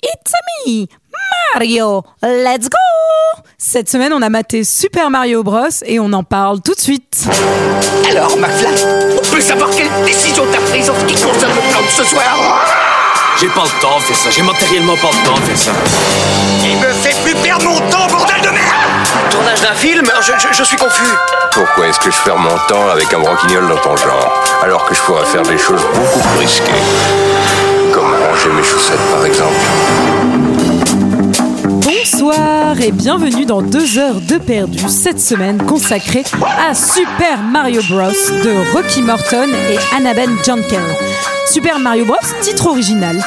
It's me, Mario. Let's go Cette semaine, on a maté Super Mario Bros et on en parle tout de suite. Alors, McFly, on peut savoir quelle décision t'as prise en ce qui concerne le plan de ce soir J'ai pas le temps de faire ça, j'ai matériellement pas le temps de faire ça. Il me fait plus perdre mon temps, bordel de merde Tournage d'un film je, je- je suis confus. Pourquoi est-ce que je perds mon temps avec un broquignol dans ton genre Alors que je pourrais faire des choses beaucoup plus risquées. Comme ranger mes chaussettes par exemple. Bonsoir et bienvenue dans 2 heures de perdu cette semaine consacrée à Super Mario Bros de Rocky Morton et Annabelle Jankel. Super Mario Bros, titre original.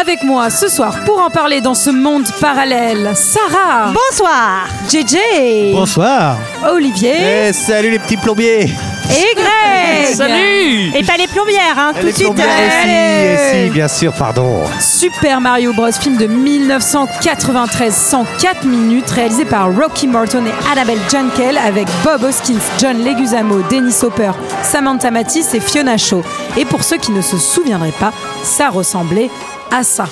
Avec moi ce soir pour en parler dans ce monde parallèle, Sarah, Bonsoir JJ, Bonsoir. Olivier Eh, salut les petits plombiers. et Greg Salut Et pas les plombières, hein, tout de les suite. plombiers, eh si, allez. eh si, bien sûr, pardon. Super Mario Bros, film de 1993, 104 minutes, réalisé par Rocky Morton et Annabelle Jankel avec Bob Hoskins, John Leguizamo, Dennis Hopper, Samantha Matisse et Fiona Shaw. Et pour ceux qui ne se souviendraient pas, ça ressemblait à ça.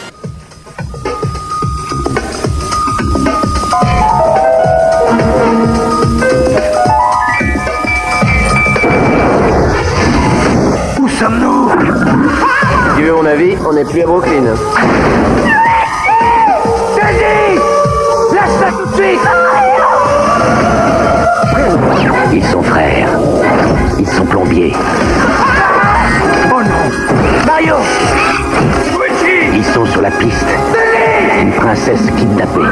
Tu veux mon avis On n'est plus à Brooklyn. Lâche-la tout de suite Ils sont frères. Ils sont plombiers. Oh Mario Luigi Ils sont sur la piste. Une princesse kidnappée.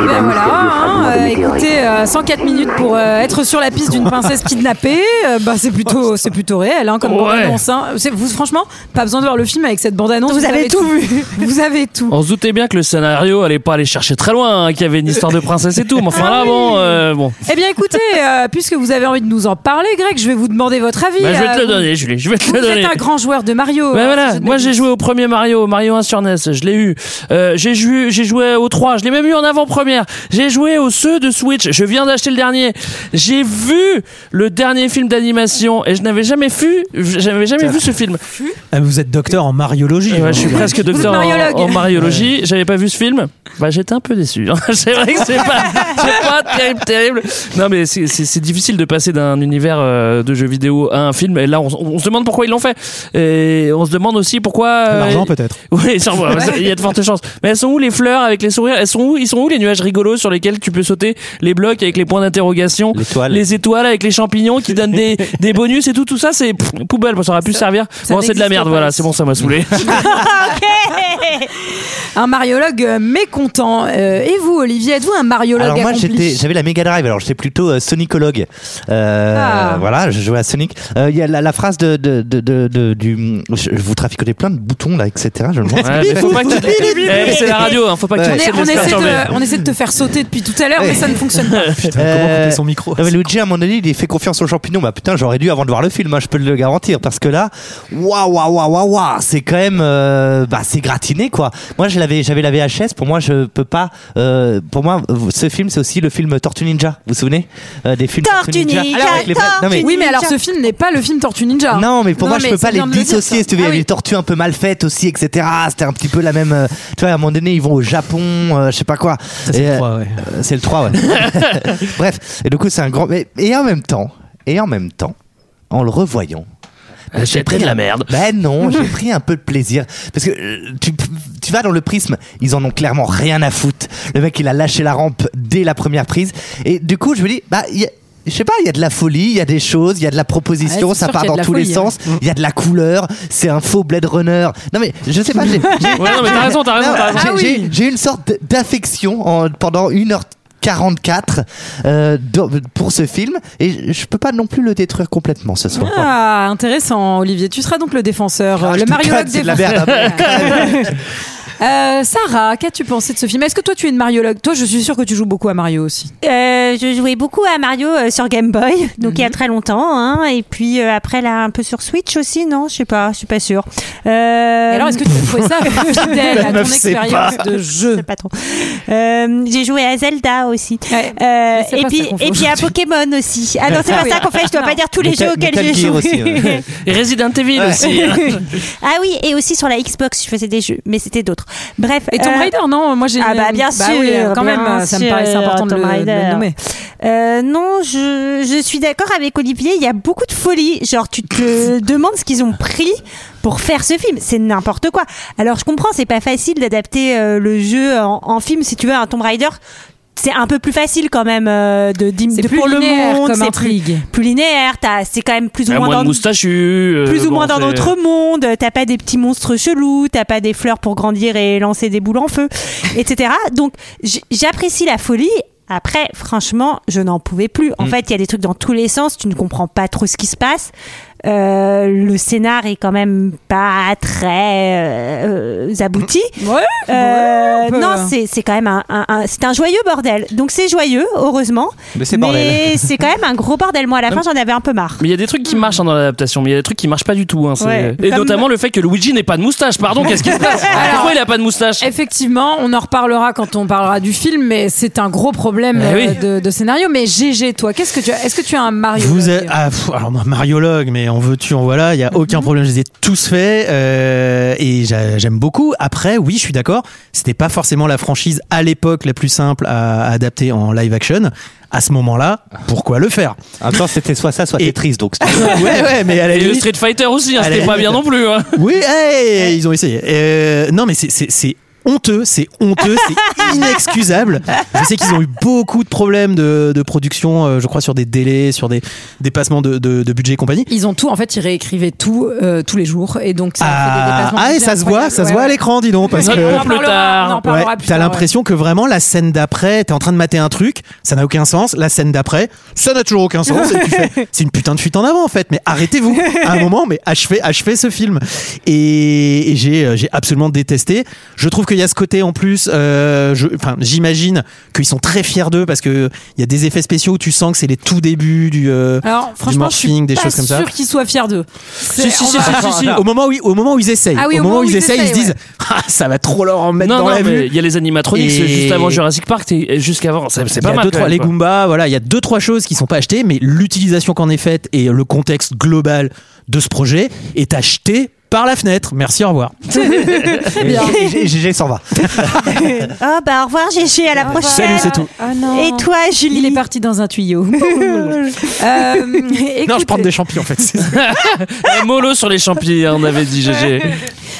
Et Ben d'un voilà, mystérieux fragment hein, de euh, météorite. écoutez, euh, 104 minutes pour euh, être sur la piste d'une princesse kidnappée, euh, bah, c'est plutôt, c'est plutôt réel hein, comme Ouais. bande-annonce. hein. C'est- Vous, franchement, pas besoin de voir le film avec cette bande-annonce. Vous, avez tout vu. Vous avez tout. On se doutait bien que le scénario allait pas aller chercher très loin, hein, qu'il y avait une histoire de princesse et tout. Mais enfin là, bon, euh, bon. Eh bien, écoutez, euh, puisque vous avez envie de nous en parler, Greg, je vais vous demander votre avis. Bah, je vais te Euh, le donner, Julie. Je vais te Vous, le vous donner. êtes un grand joueur de Mario. Ouais, euh, si voilà, je ne moi j'ai m'abuse. joué au premier Mario, Mario 1 sur NES, je l'ai eu. Euh, j'ai joué, j'ai joué au 3, je l'ai même eu en avant-première. J'ai joué au ceux de Switch, je viens d'acheter le dernier. J'ai vu le dernier film d'animation et je n'avais jamais vu, j'avais jamais vu ce film. Ah, Vous êtes docteur en mariologie. Et ouais, je suis vous. presque docteur mariologue. en, en mariologie, j'avais pas vu ce film. Bah j'étais un peu déçu. c'est vrai que c'est pas, c'est pas terrible, terrible. Non mais c'est- c'est c'est difficile de passer d'un univers euh, de jeux vidéo à un film. Et là on, s- on se demande pourquoi ils l'ont fait. Et on se demande aussi pourquoi. euh, L'argent peut-être. oui, ça, bah, ça, il y a de fortes chances. Mais elles sont où les fleurs avec les sourires Elles sont où Ils sont où les nuages rigolos sur lesquels tu peux sauter Les blocs avec les points d'interrogation Les toiles. Les étoiles avec les champignons qui donnent des, des bonus et tout. Tout ça, c'est pff, poubelle. Ça aurait pu servir. ça bon, c'est de la n'existe merde. pas, Voilà, ici. c'est bon, ça m'a saoulé. Un mariologue euh, mécontent. Euh, et vous, Olivier, êtes-vous un mariologue Alors moi accompli j'étais, j'avais la Mega Drive, alors j'étais plutôt euh, sonicologue. Euh, Ah. Voilà, je jouais à Sonic. Euh, Il y a la, la phrase de, de, de, de- de- du, je, je vous traficotez plein de boutons là, etc. Je me demande. Ouais, mais faut pas que tu- Eh, c'est la radio, hein, faut pas que tu on, est- essaies de on se faire essaie surveiller. de, on essaie de te faire sauter depuis tout à l'heure, mais ça ne fonctionne pas. Comment couper son micro Euh, non, mais Luigi, à mon avis, il fait confiance aux champignons. Bah putain, j'aurais dû avant de voir le film, hein, je peux le garantir. Parce que là, waouh, waouh, waouh, waouh, waouh, c'est quand même. euh, bah, c'est gratiné, quoi. Moi, je l'avais- j'avais la VHS. Pour moi, je peux pas. euh, pour moi, ce film, c'est aussi le film Tortue Ninja. Vous vous souvenez Euh, Des films Tortue Ninja, Alors, avec les vrais- non, mais- Tortue Oui, mais alors Ninja. ce film n'est pas le film Tortue Ninja. Non, mais pour moi, je mais peux c'est pas les bien de le dire, dissocier. ça. si tu veux, il y Ah a oui. les tortues un peu mal faites aussi, etc. C'était un petit peu la même. euh, tu vois, à un moment donné, ils vont au Japon, euh, je sais pas quoi. Ça, c'est Et, le euh, 3, ouais. euh, c'est le 3, ouais. Bref, et du coup, c'est un grand. mais- Et en même temps, et en même temps, en le revoyant. Euh, J'ai pris de la merde. Ben non, j'ai pris un peu de plaisir. Parce que euh, tu, tu vas dans le prisme, ils en ont clairement rien à foutre. Le mec, il a lâché la rampe dès la première prise. Et du coup, je me dis, bah, il y a- je sais pas, il y a de la folie, il y a des choses, il y a de la proposition, Ouais, c'est ça sûr part qu'il y a dans de la tous les folie, sens, il y a de la couleur, c'est un faux Blade Runner. Non mais, je sais pas, j'ai- j'ai- Ouais, non, mais t'as raison, t'as raison, non, t'as raison. j'ai- j'ai- J'ai une sorte d- d'affection en- pendant 1h44 euh, dans- pour ce film et je peux pas non plus le détruire complètement ce soir. Ah, intéressant, Olivier. Tu seras donc le défenseur, euh, Ah, je le te mariologue claque, c'est de la défenseur. merde, Euh, Sarah, qu'as-tu pensé de ce film Est-ce que toi, tu es une mariologue Toi, je suis sûre que tu joues beaucoup à Mario aussi. Euh, je jouais beaucoup à Mario euh, sur Game Boy, donc Mhm. il y a très longtemps, hein, et puis euh, après là un peu sur Switch aussi, non Je sais pas, je suis pas sûre. Euh, Et alors, est-ce que tu as trouvé ça fidèle à ton expérience de je jeu sais pas trop. Euh, J'ai joué à Zelda aussi. Ouais. Euh, Ah, Mais c'est et pas ça puis qu'on fait et puis à Pokémon aussi. Ah non, c'est pas oui. ça qu'on fait. Je dois Non. pas dire tous les Metal- jeux auxquels Metal j'ai joué. Gear aussi, ouais. Et Resident Evil aussi. hein. ah oui, et aussi sur la Xbox, je faisais des jeux, mais c'était d'autres. Bref. Et Tomb euh, Raider, non Moi, j'ai. Ah bah bien sûr, oui, euh, quand bien même, ça me sûr, paraissait important de le, Tomb de le Raider. nommer. Euh, non, je, je suis d'accord avec Olivier, il y a beaucoup de folie. Genre, tu te demandes ce qu'ils ont pris pour faire ce film. C'est n'importe quoi. Alors, je comprends, c'est pas facile d'adapter euh, le jeu en, en film. Si tu veux, un Tomb Raider, c'est un peu plus facile quand même euh, de, d'im- C'est de- plus pour linéaire le monde. comme c'est intrigue. Plus, plus linéaire, t'as- c'est quand même plus ou Un moins moins dans de moustachu. euh, plus ou bon, moins dans c'est- notre monde, t'as pas des petits monstres chelous, t'as pas des fleurs pour grandir et lancer des boules en feu, etc. Donc j- j'apprécie la folie. Après, franchement, je n'en pouvais plus. En fait, il y a des trucs dans tous les sens, tu ne comprends pas trop ce qui se passe. Euh, le scénar est quand même pas très euh, abouti. Ouais. Euh, un peu. non, c'est c'est quand même un, un- un- c'est un joyeux bordel. Donc c'est joyeux, heureusement. Mais c'est Mais c'est quand même un gros bordel. Moi, à la fin, j'en avais un peu marre. Mais il y a des trucs qui marchent hein, dans l'adaptation, mais il y a des trucs qui marchent pas du tout. Hein, c'est- Ouais. Et Comme- notamment le fait que Luigi n'ait pas de moustache. Pardon, qu'est-ce qui se passe Pourquoi il a pas de moustache Effectivement, on en reparlera quand on parlera du film, mais c'est un gros problème Eh euh, oui. de, de scénario. Mais GG, toi, qu'est-ce que tu as Est-ce que tu as un Mario Vous Bros êtes, ah, pff, alors moi, mariologue, mais en veux-tu, en voilà, il y a aucun problème, je les ai tous faits euh, et j'a- j'aime beaucoup. Après, oui, je suis d'accord, c'était pas forcément la franchise à l'époque la plus simple à, à adapter en live action. À ce moment-là, pourquoi le faire En même temps, c'était soit ça, soit Et- Tetris. Donc, Ouais, ouais, mais à la Et le limite- Street Fighter aussi, hein, Allez, c'était pas allez. bien non plus. hein. Oui, hey, ils ont essayé. Euh, non, mais c'est- c'est c'est honteux, c'est honteux, c'est inexcusable. Je sais qu'ils ont eu beaucoup de problèmes de, de production, euh, je crois, sur des délais, sur des dépassements de, de, de budget et compagnie. Ils ont tout, en fait, ils réécrivaient tout euh, tous les jours, et donc ça a fait des Ah, dépassements ah, et budgétaires ça se voit, incroyables. ça se Ouais, voit à ouais. l'écran, dis donc, parce Notre que. On en Couple parlera, tard. on en parlera Ouais, plus t'as tard, l'impression que vraiment la scène d'après, t'es en train de mater un truc, ça n'a aucun sens. La scène d'après, ça n'a toujours aucun sens. Et tu fais, c'est une putain de fuite en avant en fait. Mais arrêtez-vous à un moment, mais achevez, achevez ce film. Et, et j'ai, euh, j'ai absolument détesté. Je trouve qu'il y a ce côté en plus. euh, je, enfin, j'imagine qu'ils sont très fiers d'eux parce que il y a des effets spéciaux où tu sens que c'est les tout débuts du. euh, ouais. Alors, franchement, je suis morphing, des pas choses comme ça. sûr qu'ils soient fiers d'eux. C'est- si, on si, va- Ah, si, si, si. au moment où ils, au moment où ils essayent, Ah oui, au moment où ils essayent, ils se disent ouais. ah, ça va trop leur en mettre Non, dans non, la vue. mais il y a les animatroniques Et- juste avant Jurassic Park et jusqu'avant. C'est c'est Il y pas a mal. deux quand trois même, les quoi. Goombas, voilà, il y a deux trois choses qui sont pas achetées, mais l'utilisation qu'en est faite et le contexte global de ce projet est acheté par la fenêtre. Merci, au revoir. très bien. GG s'en va. Ah bah au revoir GG, à la prochaine. Salut, c'est tout. Ah non. Et toi Julie Il est parti dans un tuyau. Euh, Non, je écoute, prends des champignons en fait. C'est ça. Et Molo sur les champignons, on avait dit GG.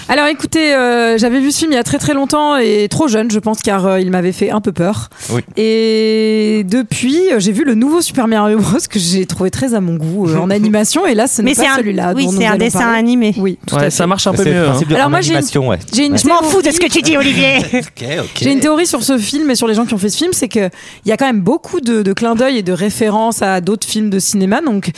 Alors écoutez, euh, j'avais vu ce film il y a très très longtemps et trop jeune, je pense, car euh, il m'avait fait un peu peur. Oui. Et depuis, euh, j'ai vu le nouveau Super Mario Bros que j'ai trouvé très à mon goût euh, en animation. Et là, ce n'est Mais c'est pas un, celui-là. oui, dont c'est nous un allons dessin parler. animé. Oui, tout à Ouais, fait. ça marche un peu C'est le mieux. hein. principe de Alors en moi, j'ai une- animation, ouais. J'ai une Je m'en théorie- fous de ce que tu dis Olivier. Ok, ok. J'ai une théorie sur ce film et sur les gens qui ont fait ce film, c'est que il y a quand même beaucoup de, de clins d'œil et de références à d'autres films de cinéma. Donc,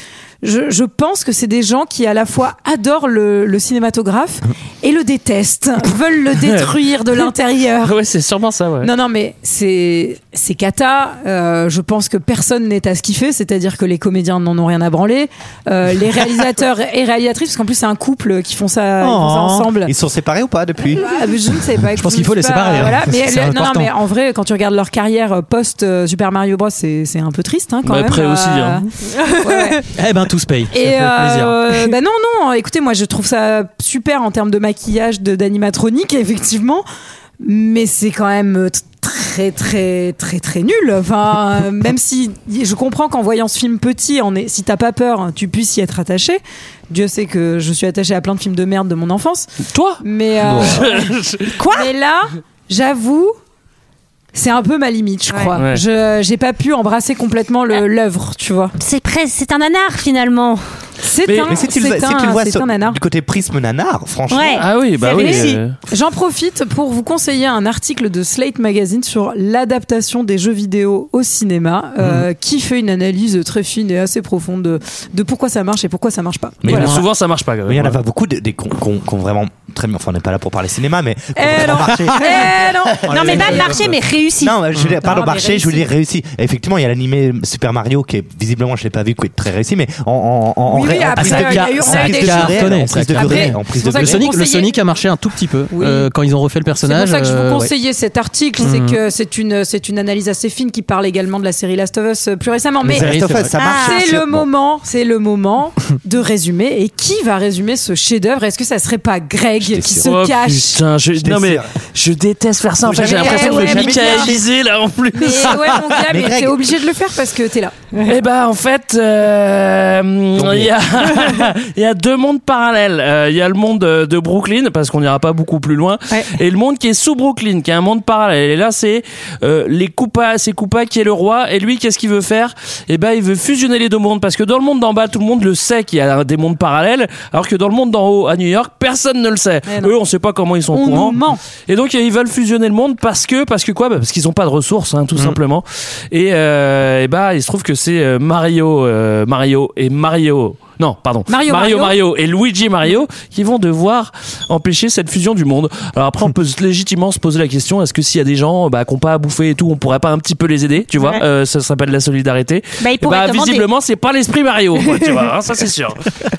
je, je pense que c'est des gens qui à la fois adorent le, le cinématographe et le détestent, veulent le détruire de l'intérieur. Ouais, c'est sûrement ça, ouais. Non, non, mais c'est c'est cata. Euh, je pense que personne n'est à skiffer, c'est-à-dire que les comédiens n'en ont rien à branler, Euh, les réalisateurs et réalisatrices, parce qu'en plus c'est un couple qui font ça, ils font ça Oh. ensemble. Ils sont séparés ou pas depuis Ah, mais je ne sais pas. pense qu'il écoute, faut les pas, séparer, hein. voilà. Mais C'est le- non, non, important. mais en vrai, quand tu regardes leur carrière euh, post euh, Super Mario Bros, c'est c'est un peu triste hein, quand Bah, même. après aussi, hein. ouais, ouais. eh ben, tout se paye. Ça Et fait plaisir. euh, bah non non, écoutez moi je trouve ça super en termes de maquillage, de d'animatronique effectivement, mais c'est quand même t- très très très très nul. Enfin euh, même si je comprends qu'en voyant ce film petit, on est, si t'as pas peur, tu puisses y être attaché. Dieu sait que je suis attaché à plein de films de merde de mon enfance, Toi mais euh, quoi Mais là, j'avoue. C'est un peu ma limite, je crois. Ouais. Je j'ai pas pu embrasser complètement Euh. le- l'œuvre, tu vois. C'est presque, c'est un nanar finalement. C'est Mais- un, Mais si tu le c'est si tu le un- vois c'est sur- un nanar. Ah. du côté prisme nanar, franchement. Ouais. Ah oui, bah C'est oui. réussi. euh, J'en profite pour vous conseiller un article de Slate Magazine sur l'adaptation des jeux vidéo au cinéma, euh, qui fait une analyse très fine et assez profonde de, de pourquoi ça marche et pourquoi ça marche pas. Mais Voilà. il y en a- Souvent, ça marche pas. quand même. Mais il y en a pas beaucoup de- des qu'on qu'on vraiment très bien. Enfin, on n'est pas là pour parler cinéma, mais. qui ont Eh vraiment non. marché. Eh non Non mais pas marché mais réussi. Non, je voulais, pardon, Non, mais marché, je voulais dire réussi. Effectivement, il y a l'animé Super Mario qui est visiblement, je l'ai pas vu, qui est très réussi, mais en, en, en- en après, oui, en- après, ça il y a eu- on a eu des a choses. cartonné, En ça a prise de cartonné. gré, Après, en prise c'est de pour ça Le que gré. je Sonic, le conseillais- Sonic a marché un tout petit peu Oui. euh, quand ils ont refait le C'est personnage. pour ça que je euh, vous ouais. conseillais cet article, c'est que c'est une, c'est une analyse assez fine qui parle également de la série Last of Us euh, plus récemment. Mais séries, Last of c'est Us, ça vrai. marche. Ah, c'est le Bon. moment, c'est le moment de résumer. Et qui va résumer ce chef-d'œuvre Est-ce que ça serait pas Greg qui se Oh, cache putain, je- non mais sûr. je déteste faire ça. En Vous fait, j'ai jamais- l'impression Eh de ouais, me mais michaéliser là en plus. Mais ouais, mon gars, mais, Mais Greg- t'es obligé de le faire parce que t'es là. Eh ben en fait, euh, il y, a, il y a deux mondes parallèles. Euh, Il y a le monde euh, de Brooklyn parce qu'on n'ira pas beaucoup plus loin, Ouais. et le monde qui est sous Brooklyn, qui est un monde parallèle. Et là, c'est euh, les Koopas, c'est Koopa qui est le roi. Et lui, qu'est-ce qu'il veut faire Eh ben, il veut fusionner les deux mondes parce que dans le monde d'en bas, tout le monde le sait qu'il y a des mondes parallèles, alors que dans le monde d'en haut, à New York, personne ne le sait. Eh non. Eux, on sait pas comment ils sont au On courant. nous ment. Et donc ils veulent fusionner le monde parce que parce que quoi Bah, Parce qu'ils ont pas de ressources, hein, tout simplement. Et, euh, et bah il se trouve que c'est euh, Mario, euh, Mario et Mario. Non, pardon. Mario, Mario, Mario et Luigi Mario qui vont devoir empêcher cette fusion du monde. Alors après, on peut se- légitimement se poser la question est-ce que s'il y a des gens bah, qui n'ont pas à bouffer et tout, on pourrait pas un petit peu les aider Tu vois, Ouais. Euh, ça s'appelle la solidarité. Bah, ils Et pourraient demander. visiblement, c'est pas l'esprit Mario. quoi, tu vois, hein, ça c'est sûr.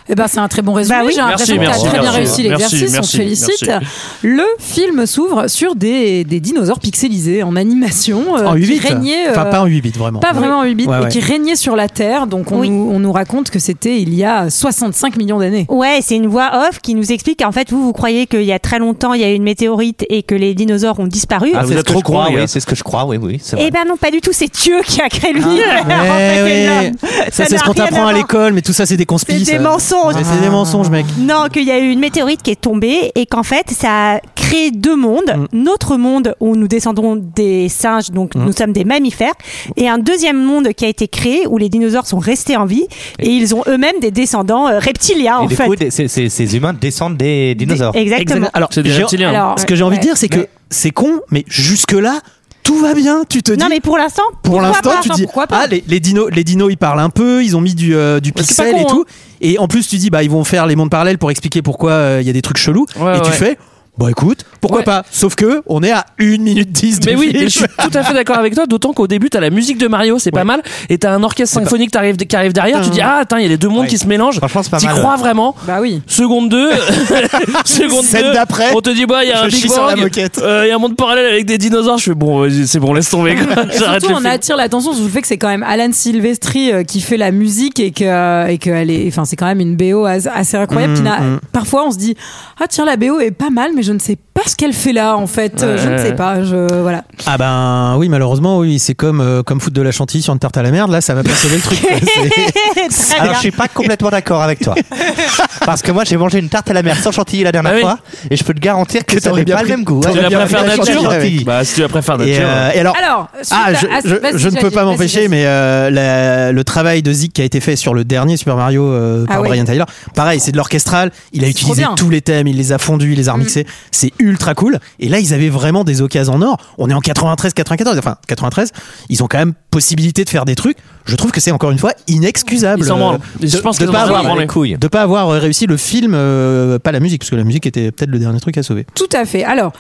Eh ben, c'est un très bon résumé. Bah oui. J'ai l'impression Merci, que t'as merci, très bien merci, réussi merci, l'exercice. On te merci, félicite. merci. Le film s'ouvre sur des, des dinosaures pixelisés en animation euh, En 8 qui bits. régnaient. euh, Enfin, pas en 8 bits, vraiment. pas vraiment en 8 bits, Ouais, mais ouais. qui régnait sur la Terre. Donc, on, Oui. nous, on nous raconte que c'était il y a 65 millions d'années. Ouais, c'est une voix off qui nous explique qu'en fait, vous, vous croyez qu'il y a très longtemps, il y a eu une météorite et que les dinosaures ont disparu. Ah, vous c'est êtes ce que trop je crois, con, les oui, gars. c'est ce que je crois, oui, oui. c'est Eh vrai. ben non, pas du tout, c'est Dieu qui a créé l'univers. Ouais, en fait, et Ah, ouais. l'homme. Ça, c'est n'a ce qu'on rien t'apprend à à voir. l'école, mais tout ça, c'est des conspires. C'est des mensonges. C'est Ah. des mensonges, mec. Non, qu'il y a eu une météorite qui est tombée et qu'en fait, ça a créé deux mondes. Mm. Notre monde où nous descendons des singes, donc nous sommes des mammifères, et un deuxième monde qui a été créé où les dinosaures sont restés en vie et ils ont eux-mêmes des descendants euh, reptiliens, Et en du fait. coup, des- ces- ces ces humains descendent des dinosaures. Exactement. Alors, C'est des j'ai- reptiliens. hein. Alors, ce que j'ai envie ouais. de dire, c'est que c'est con, mais jusque-là, tout va bien. Tu te dis. Non, mais pour l'instant, pour pourquoi l'instant, pas tu dis pourquoi pas ah les, les dinos, les dinos, ils parlent un peu, ils ont mis du euh, du c'est pas pixel con, et tout, et en plus tu dis bah ils vont faire les mondes parallèles pour expliquer pourquoi euh, il y a des trucs chelous, Ouais, et tu ouais. fais bah écoute pourquoi Ouais. pas, sauf que on est à 1 minute 10 de Mais oui, film. mais je suis tout à fait d'accord avec toi, d'autant qu'au début, t'as la musique de Mario, c'est pas Ouais. mal, et t'as un orchestre symphonique qui arrive, qui arrive derrière, tu dis, ah, attends, il y a les deux mondes Ouais. qui se mélangent. Franchement, c'est pas T'y mal. crois vraiment Mmh. Bah oui. Seconde 2, seconde Scène 2, d'après, on te dit, bah, il y a je un Big chie sur la Bang, euh, moquette. il y a un monde parallèle avec des dinosaures, je fais, bon, vas-y, c'est bon, laisse tomber, quoi. Et J'arrête surtout, le on film. attire l'attention sur le fait que c'est quand même Alan Silvestri euh, qui fait la musique et que euh, et que elle est, enfin, c'est quand même une BO as- assez incroyable. Mm, qui n'a- Parfois, on se dit, ah tiens, la BO est pas mal, mais je ne sais pas ce qu'elle fait là, en fait. Euh, je ne Ouais. sais pas. Je voilà. Ah ben oui malheureusement oui c'est comme euh, comme foutre de la chantilly sur une tarte à la merde là ça va pas sauver le truc. C'est- Très Alors, bien. je suis pas complètement d'accord avec toi. Parce que moi, j'ai mangé une tarte à la mer sans chantilly la dernière Ah oui. fois. Et je peux te garantir que, Que ça t'aurais n'avait bien pas pris- le même goût. t'aurais Tu Ouais, la bien préfères pris la nature chantilly. avec. Bah, si tu la préfères Et, nature. euh, et alors Alors, suite Ah, à- je, à- je- vas-y, je ne vas-y, peux pas vas-y, m'empêcher, vas-y. mais euh, la- le travail de Zig qui a été fait sur le dernier Super Mario euh, par Ah ouais. Brian Tyler, pareil, c'est de l'orchestral. Il a C'est trop utilisé bien. tous les thèmes, il les a fondus, il les a remixés. C'est ultra cool. Et là, ils avaient vraiment des occasions en or. On est en 93, 94, enfin 93. Ils ont quand même possibilité de faire des trucs. Je trouve que c'est encore une fois inexcusable. Ils s'en branlent. euh, Je de- pense de qu'ils pas en ont avoir- branlé. les couilles. de pas avoir réussi le film, euh, pas la musique, parce que la musique était peut-être le dernier truc à sauver. Tout à fait. Alors,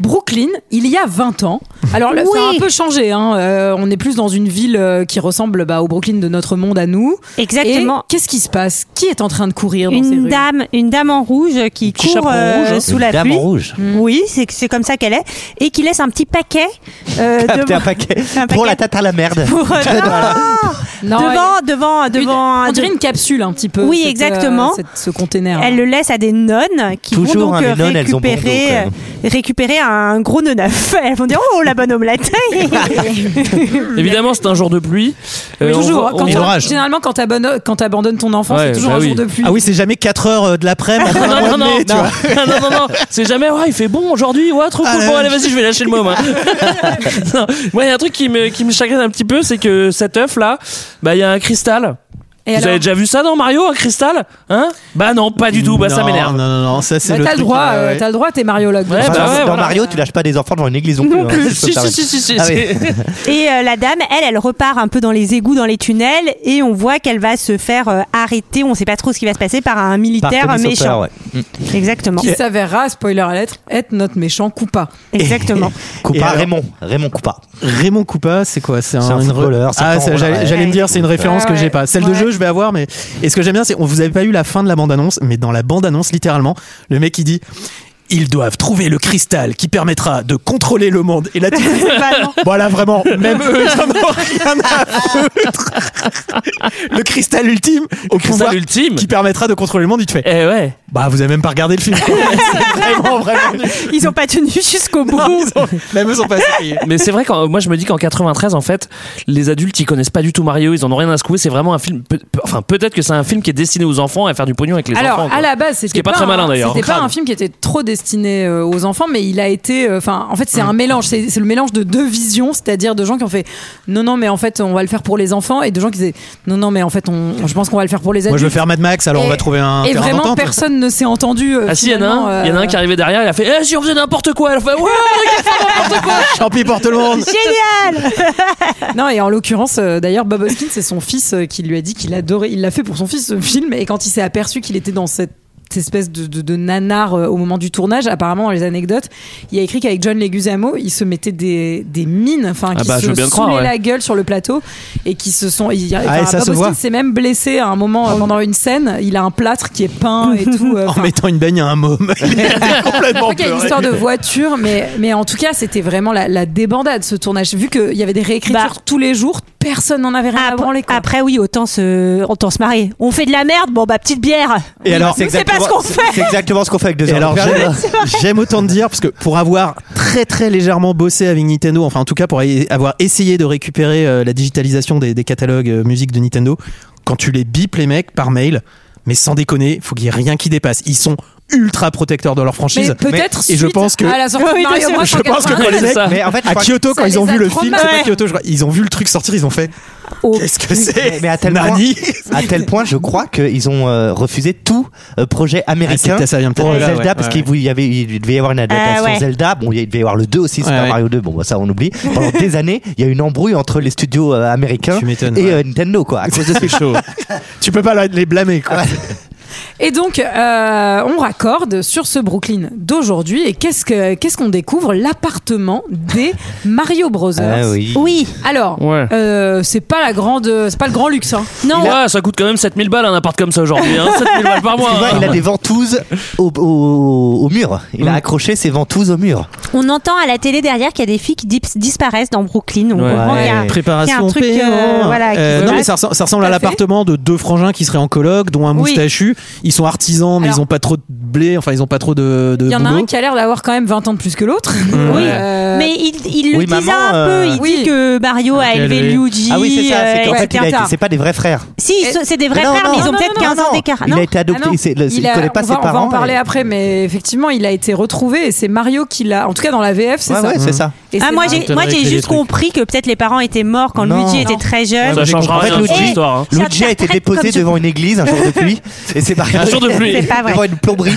Brooklyn, il y a 20 ans. Alors, là, ça a Oui. un peu changé. Hein. Euh, on est plus dans une ville euh, qui ressemble bah, au Brooklyn de notre monde à nous. Exactement. Et Qu'est-ce qui se passe Qui est en train de courir dans ces Une rues dame, une dame en rouge qui Petit court chaperon euh, rouge, hein. sous la Dame pluie. en rouge. Oui, c'est c'est comme ça qu'elle est, et qui laisse un petit paquet euh, Ah, putain, devant. un paquet. Un Pour paquet. la tarte à la merde. pour- euh, non, Non, devant, devant, elle- une- devant. on dirait une capsule un petit peu. Oui, cette, euh, exactement. cette- ce container. Elle le laisse à des nonnes qui Toujours, vont donc hein, les euh, nonnes, elles ont bon dos, récupérer, quand même. euh, récupérer un gros neuf. Elles vont dire oh la bonne omelette. euh, Évidemment, c'est un jour de pluie. Euh, on toujours. voit- hein, on- quand et t'en- l'orage. généralement, quand t'abandonnes- quand t'abandonnes ton enfant, Ouais, c'est toujours bah un jour oui. de pluie. Ah oui, c'est jamais 4 heures de l'après-midi. Non, non, non, non, tu vois. non, non, non, non. c'est jamais, ouais, il fait bon aujourd'hui, ouais, trop cool, Ah, bon, là, allez, vas-y, je vais lâcher le môme. hein. Non. Moi, il y a un truc qui me, qui me chagrine un petit peu, c'est que cet œuf là, bah, il y a un cristal. Et Vous alors avez déjà vu ça dans Mario, un cristal Hein Bah non, pas du tout, bah ça Non, m'énerve. Non, non, non, ça c'est Bah, le T'as le truc, droit, euh, euh, ouais. t'as le droit, t'es mariologue. Ouais, donc. Enfin, bah dans voilà. Mario, tu lâches pas des enfants devant une église non plus. hein, si je peux Si, me si, permettre. si, si, si, Ah si. oui. Et euh, la dame, elle, elle repart un peu dans les égouts, dans les tunnels, et on voit qu'elle va se faire euh, arrêter. On ne sait pas trop ce qui va se passer par un Par militaire Tommy Sauter, méchant. ouais. Exactement, qui s'avérera, spoiler alert, être notre méchant Koopa. exactement. Et Coupa, alors- Raymond. Raymond Coupa. Raymond Coupa, c'est quoi C'est C'est un une re- footballeur, c'est Ah, un c'est- footballeur, j'allais ouais. j'allais me dire, c'est une référence Ouais, que j'ai ouais. pas. Celle de Ouais. jeu, peu je vais avoir, mais. Et ce que j'aime bien, c'est on vous avez pas eu la fin de la bande-annonce, mais dans la bande-annonce, littéralement, le mec il dit. Ils doivent trouver le cristal qui permettra de contrôler le monde. Et là, tu voilà, vraiment, même eux, ils en ont rien à foutre. Le cristal ultime, au cristal pouvoir ultime. qui permettra de contrôler le monde, il te fait. Eh ouais. Bah, vous avez même pas regardé le film. quoi. C'est vraiment, vraiment. nul. Ils ont pas tenu jusqu'au bout. Non, ils ont- Même eux sont pas essayés. Mais c'est vrai que moi je me dis qu'en 93 en fait les adultes ils connaissent pas du tout Mario ils en ont rien à secouer c'est vraiment un film peut- peut- enfin peut-être que c'est un film qui est destiné aux enfants et à faire du pognon avec les Alors, enfants quoi. à la base, qui est c'était pas très un- malin, d'ailleurs. C'était pas Crade. un film qui était trop destiné euh, aux enfants, mais il a été. euh, Enfin, en fait, Mm. c'est un mélange. C'est c'est le mélange de deux visions, c'est-à-dire de gens qui ont fait non, non, mais en fait, on va le faire pour les enfants, et de gens qui disaient non, non, mais en fait, on, on- je pense qu'on va le faire pour les Moi, adultes. je veux faire Mad Max, alors on va Et- trouver un. et terrain vraiment, d'entente. personne ne s'est entendu. euh, ah si, il y en a finalement, un, il y en a un euh, qui arrivait derrière, il a fait Eh, si on faisait n'importe quoi Elle a fait Ouais Tant pis pour tout le monde. Génial Non, et en l'occurrence, euh, d'ailleurs, Bob Hoskins, c'est son fils euh, qui lui a dit qu'il adorait, il l'a fait pour son fils ce film, et quand il s'est aperçu qu'il était dans cette cette espèce de, de- de nanar euh, au moment du tournage apparemment dans les anecdotes il a écrit qu'avec John Leguizamo il se mettait des, des mines enfin Ah qui bah, je se veux bien saoulaient le croire, ouais. la gueule sur le plateau et qui se sont il, y a- Ah, et enfin, ça se Bob voit. Oh. Hoskins s'est même blessé à un moment euh, pendant une scène il a un plâtre qui est peint et tout euh, En enfin, mettant une baigne à un môme. Il était complètement crois qu'il y a une pleuré. histoire de voiture, mais, mais en tout cas, c'était vraiment la, la débandade ce tournage. Vu qu'il y avait des réécritures Bah. Ah, tous les jours, personne n'en avait rien à branler. après, quoi. après, oui, autant se, autant se marier. On fait de la merde, bon bah petite bière. Et alors, Nous, c'est pas ce qu'on fait. C'est exactement ce qu'on fait avec deux Et heures. alors, de perdu. j'aime- j'aime autant te dire, parce que pour avoir très très légèrement bossé avec Nintendo, enfin en tout cas pour a- avoir essayé de récupérer euh, la digitalisation des, des catalogues euh, musique de Nintendo, quand tu les bipes les mecs par mail, mais sans déconner, faut qu'il y ait rien qui dépasse. Ils sont ultra protecteurs de leur Mais franchise. peut-être et je suite pense que- à la sortie de Oui, bien Mario sûr. Bros. Je pense que en quand les 95, mecs, Mais en fait, je à crois Kyoto, ça quand ils ont les a vu le film, c'est pas traumatisés. Kyoto, je crois, ils ont vu le truc sortir, ils ont fait Oh, Qu'est-ce que c'est mais à tel point- Nani à tel point, je crois qu'ils ont euh, refusé tout euh, projet américain. Ah, c'est- ça vient pour de là, Zelda ouais, parce ouais. qu'il vous- il y avait il devait y avoir une adaptation Ah, ouais. Eh ben, Zelda bon il devait y avoir le 2 aussi Super Ouais, ouais. Mario 2 bon bah, ça on oublie pendant des années il y a eu une embrouille entre les studios euh, américains Tu m'étonnes, et ouais. euh, Nintendo quoi à cause de ce chaud. tu peux pas les blâmer quoi. Et donc, euh, on raccorde sur ce Brooklyn d'aujourd'hui. Et qu'est-ce que- qu'est-ce qu'on découvre L'appartement des Mario Bros. Ah oui. Oui. Alors, Ouais. euh, c'est pas la grande, c'est pas le grand luxe. hein. Non. Ouais, ah, ça coûte quand même 7000 balles un appart comme ça aujourd'hui, hein. 7000 balles par mois. Tu vois, hein. il a des ventouses au, au- au mur. Il Hmm. a accroché ses ventouses au mur. On entend à la télé derrière qu'il y a des filles qui dips- disparaissent dans Brooklyn. On Ouais. comprend qu'il y a- Ouais. préparation Il y a un truc, payant. euh, voilà, qui Euh, se non passe. mais ça ressemble, ça ressemble à Tout à fait. l'appartement de deux frangins qui seraient en coloc dont un Oui. moustachu ils sont artisans mais Alors- ils ont pas trop de blé enfin ils ont pas trop de, de Il y en a boulot. un qui a l'air d'avoir quand même 20 ans de plus que l'autre. Oui. Euh, Mais il, il le Oui, disait maman, un euh, peu. Il oui. dit que Mario a Quel élevé est- Luigi. Ah oui, c'est ça. C'est euh, qu'en fait, il etc. a été- c'est pas des vrais frères. Si, ils sont- c'est des vrais Mais non, frères, mais non, ils ont non, peut-être non, 15 ans non. d'écart. Il Non. a été adopté. Ah non. il s'est- le- il a- connaît pas on ses va, parents. euh, On va en parler et- après, mais effectivement, il a été retrouvé et c'est Mario qui l'a. En tout cas, dans la VF, c'est Ouais, ça. ouais, c'est ça. Et Ah, c'est moi, Mario. j'ai, moi, j'ai Avec les juste trucs. compris que peut-être les parents étaient morts quand Non. Luigi était très jeune. Ça changera En fait, rien à cette Luigi- histoire. hein. Luigi Eh, a été J'interprète comme déposé tu devant une église un jour de pluie. Et c'est pareil. Un jour de pluie. C'est pas vrai. Devant une plomberie.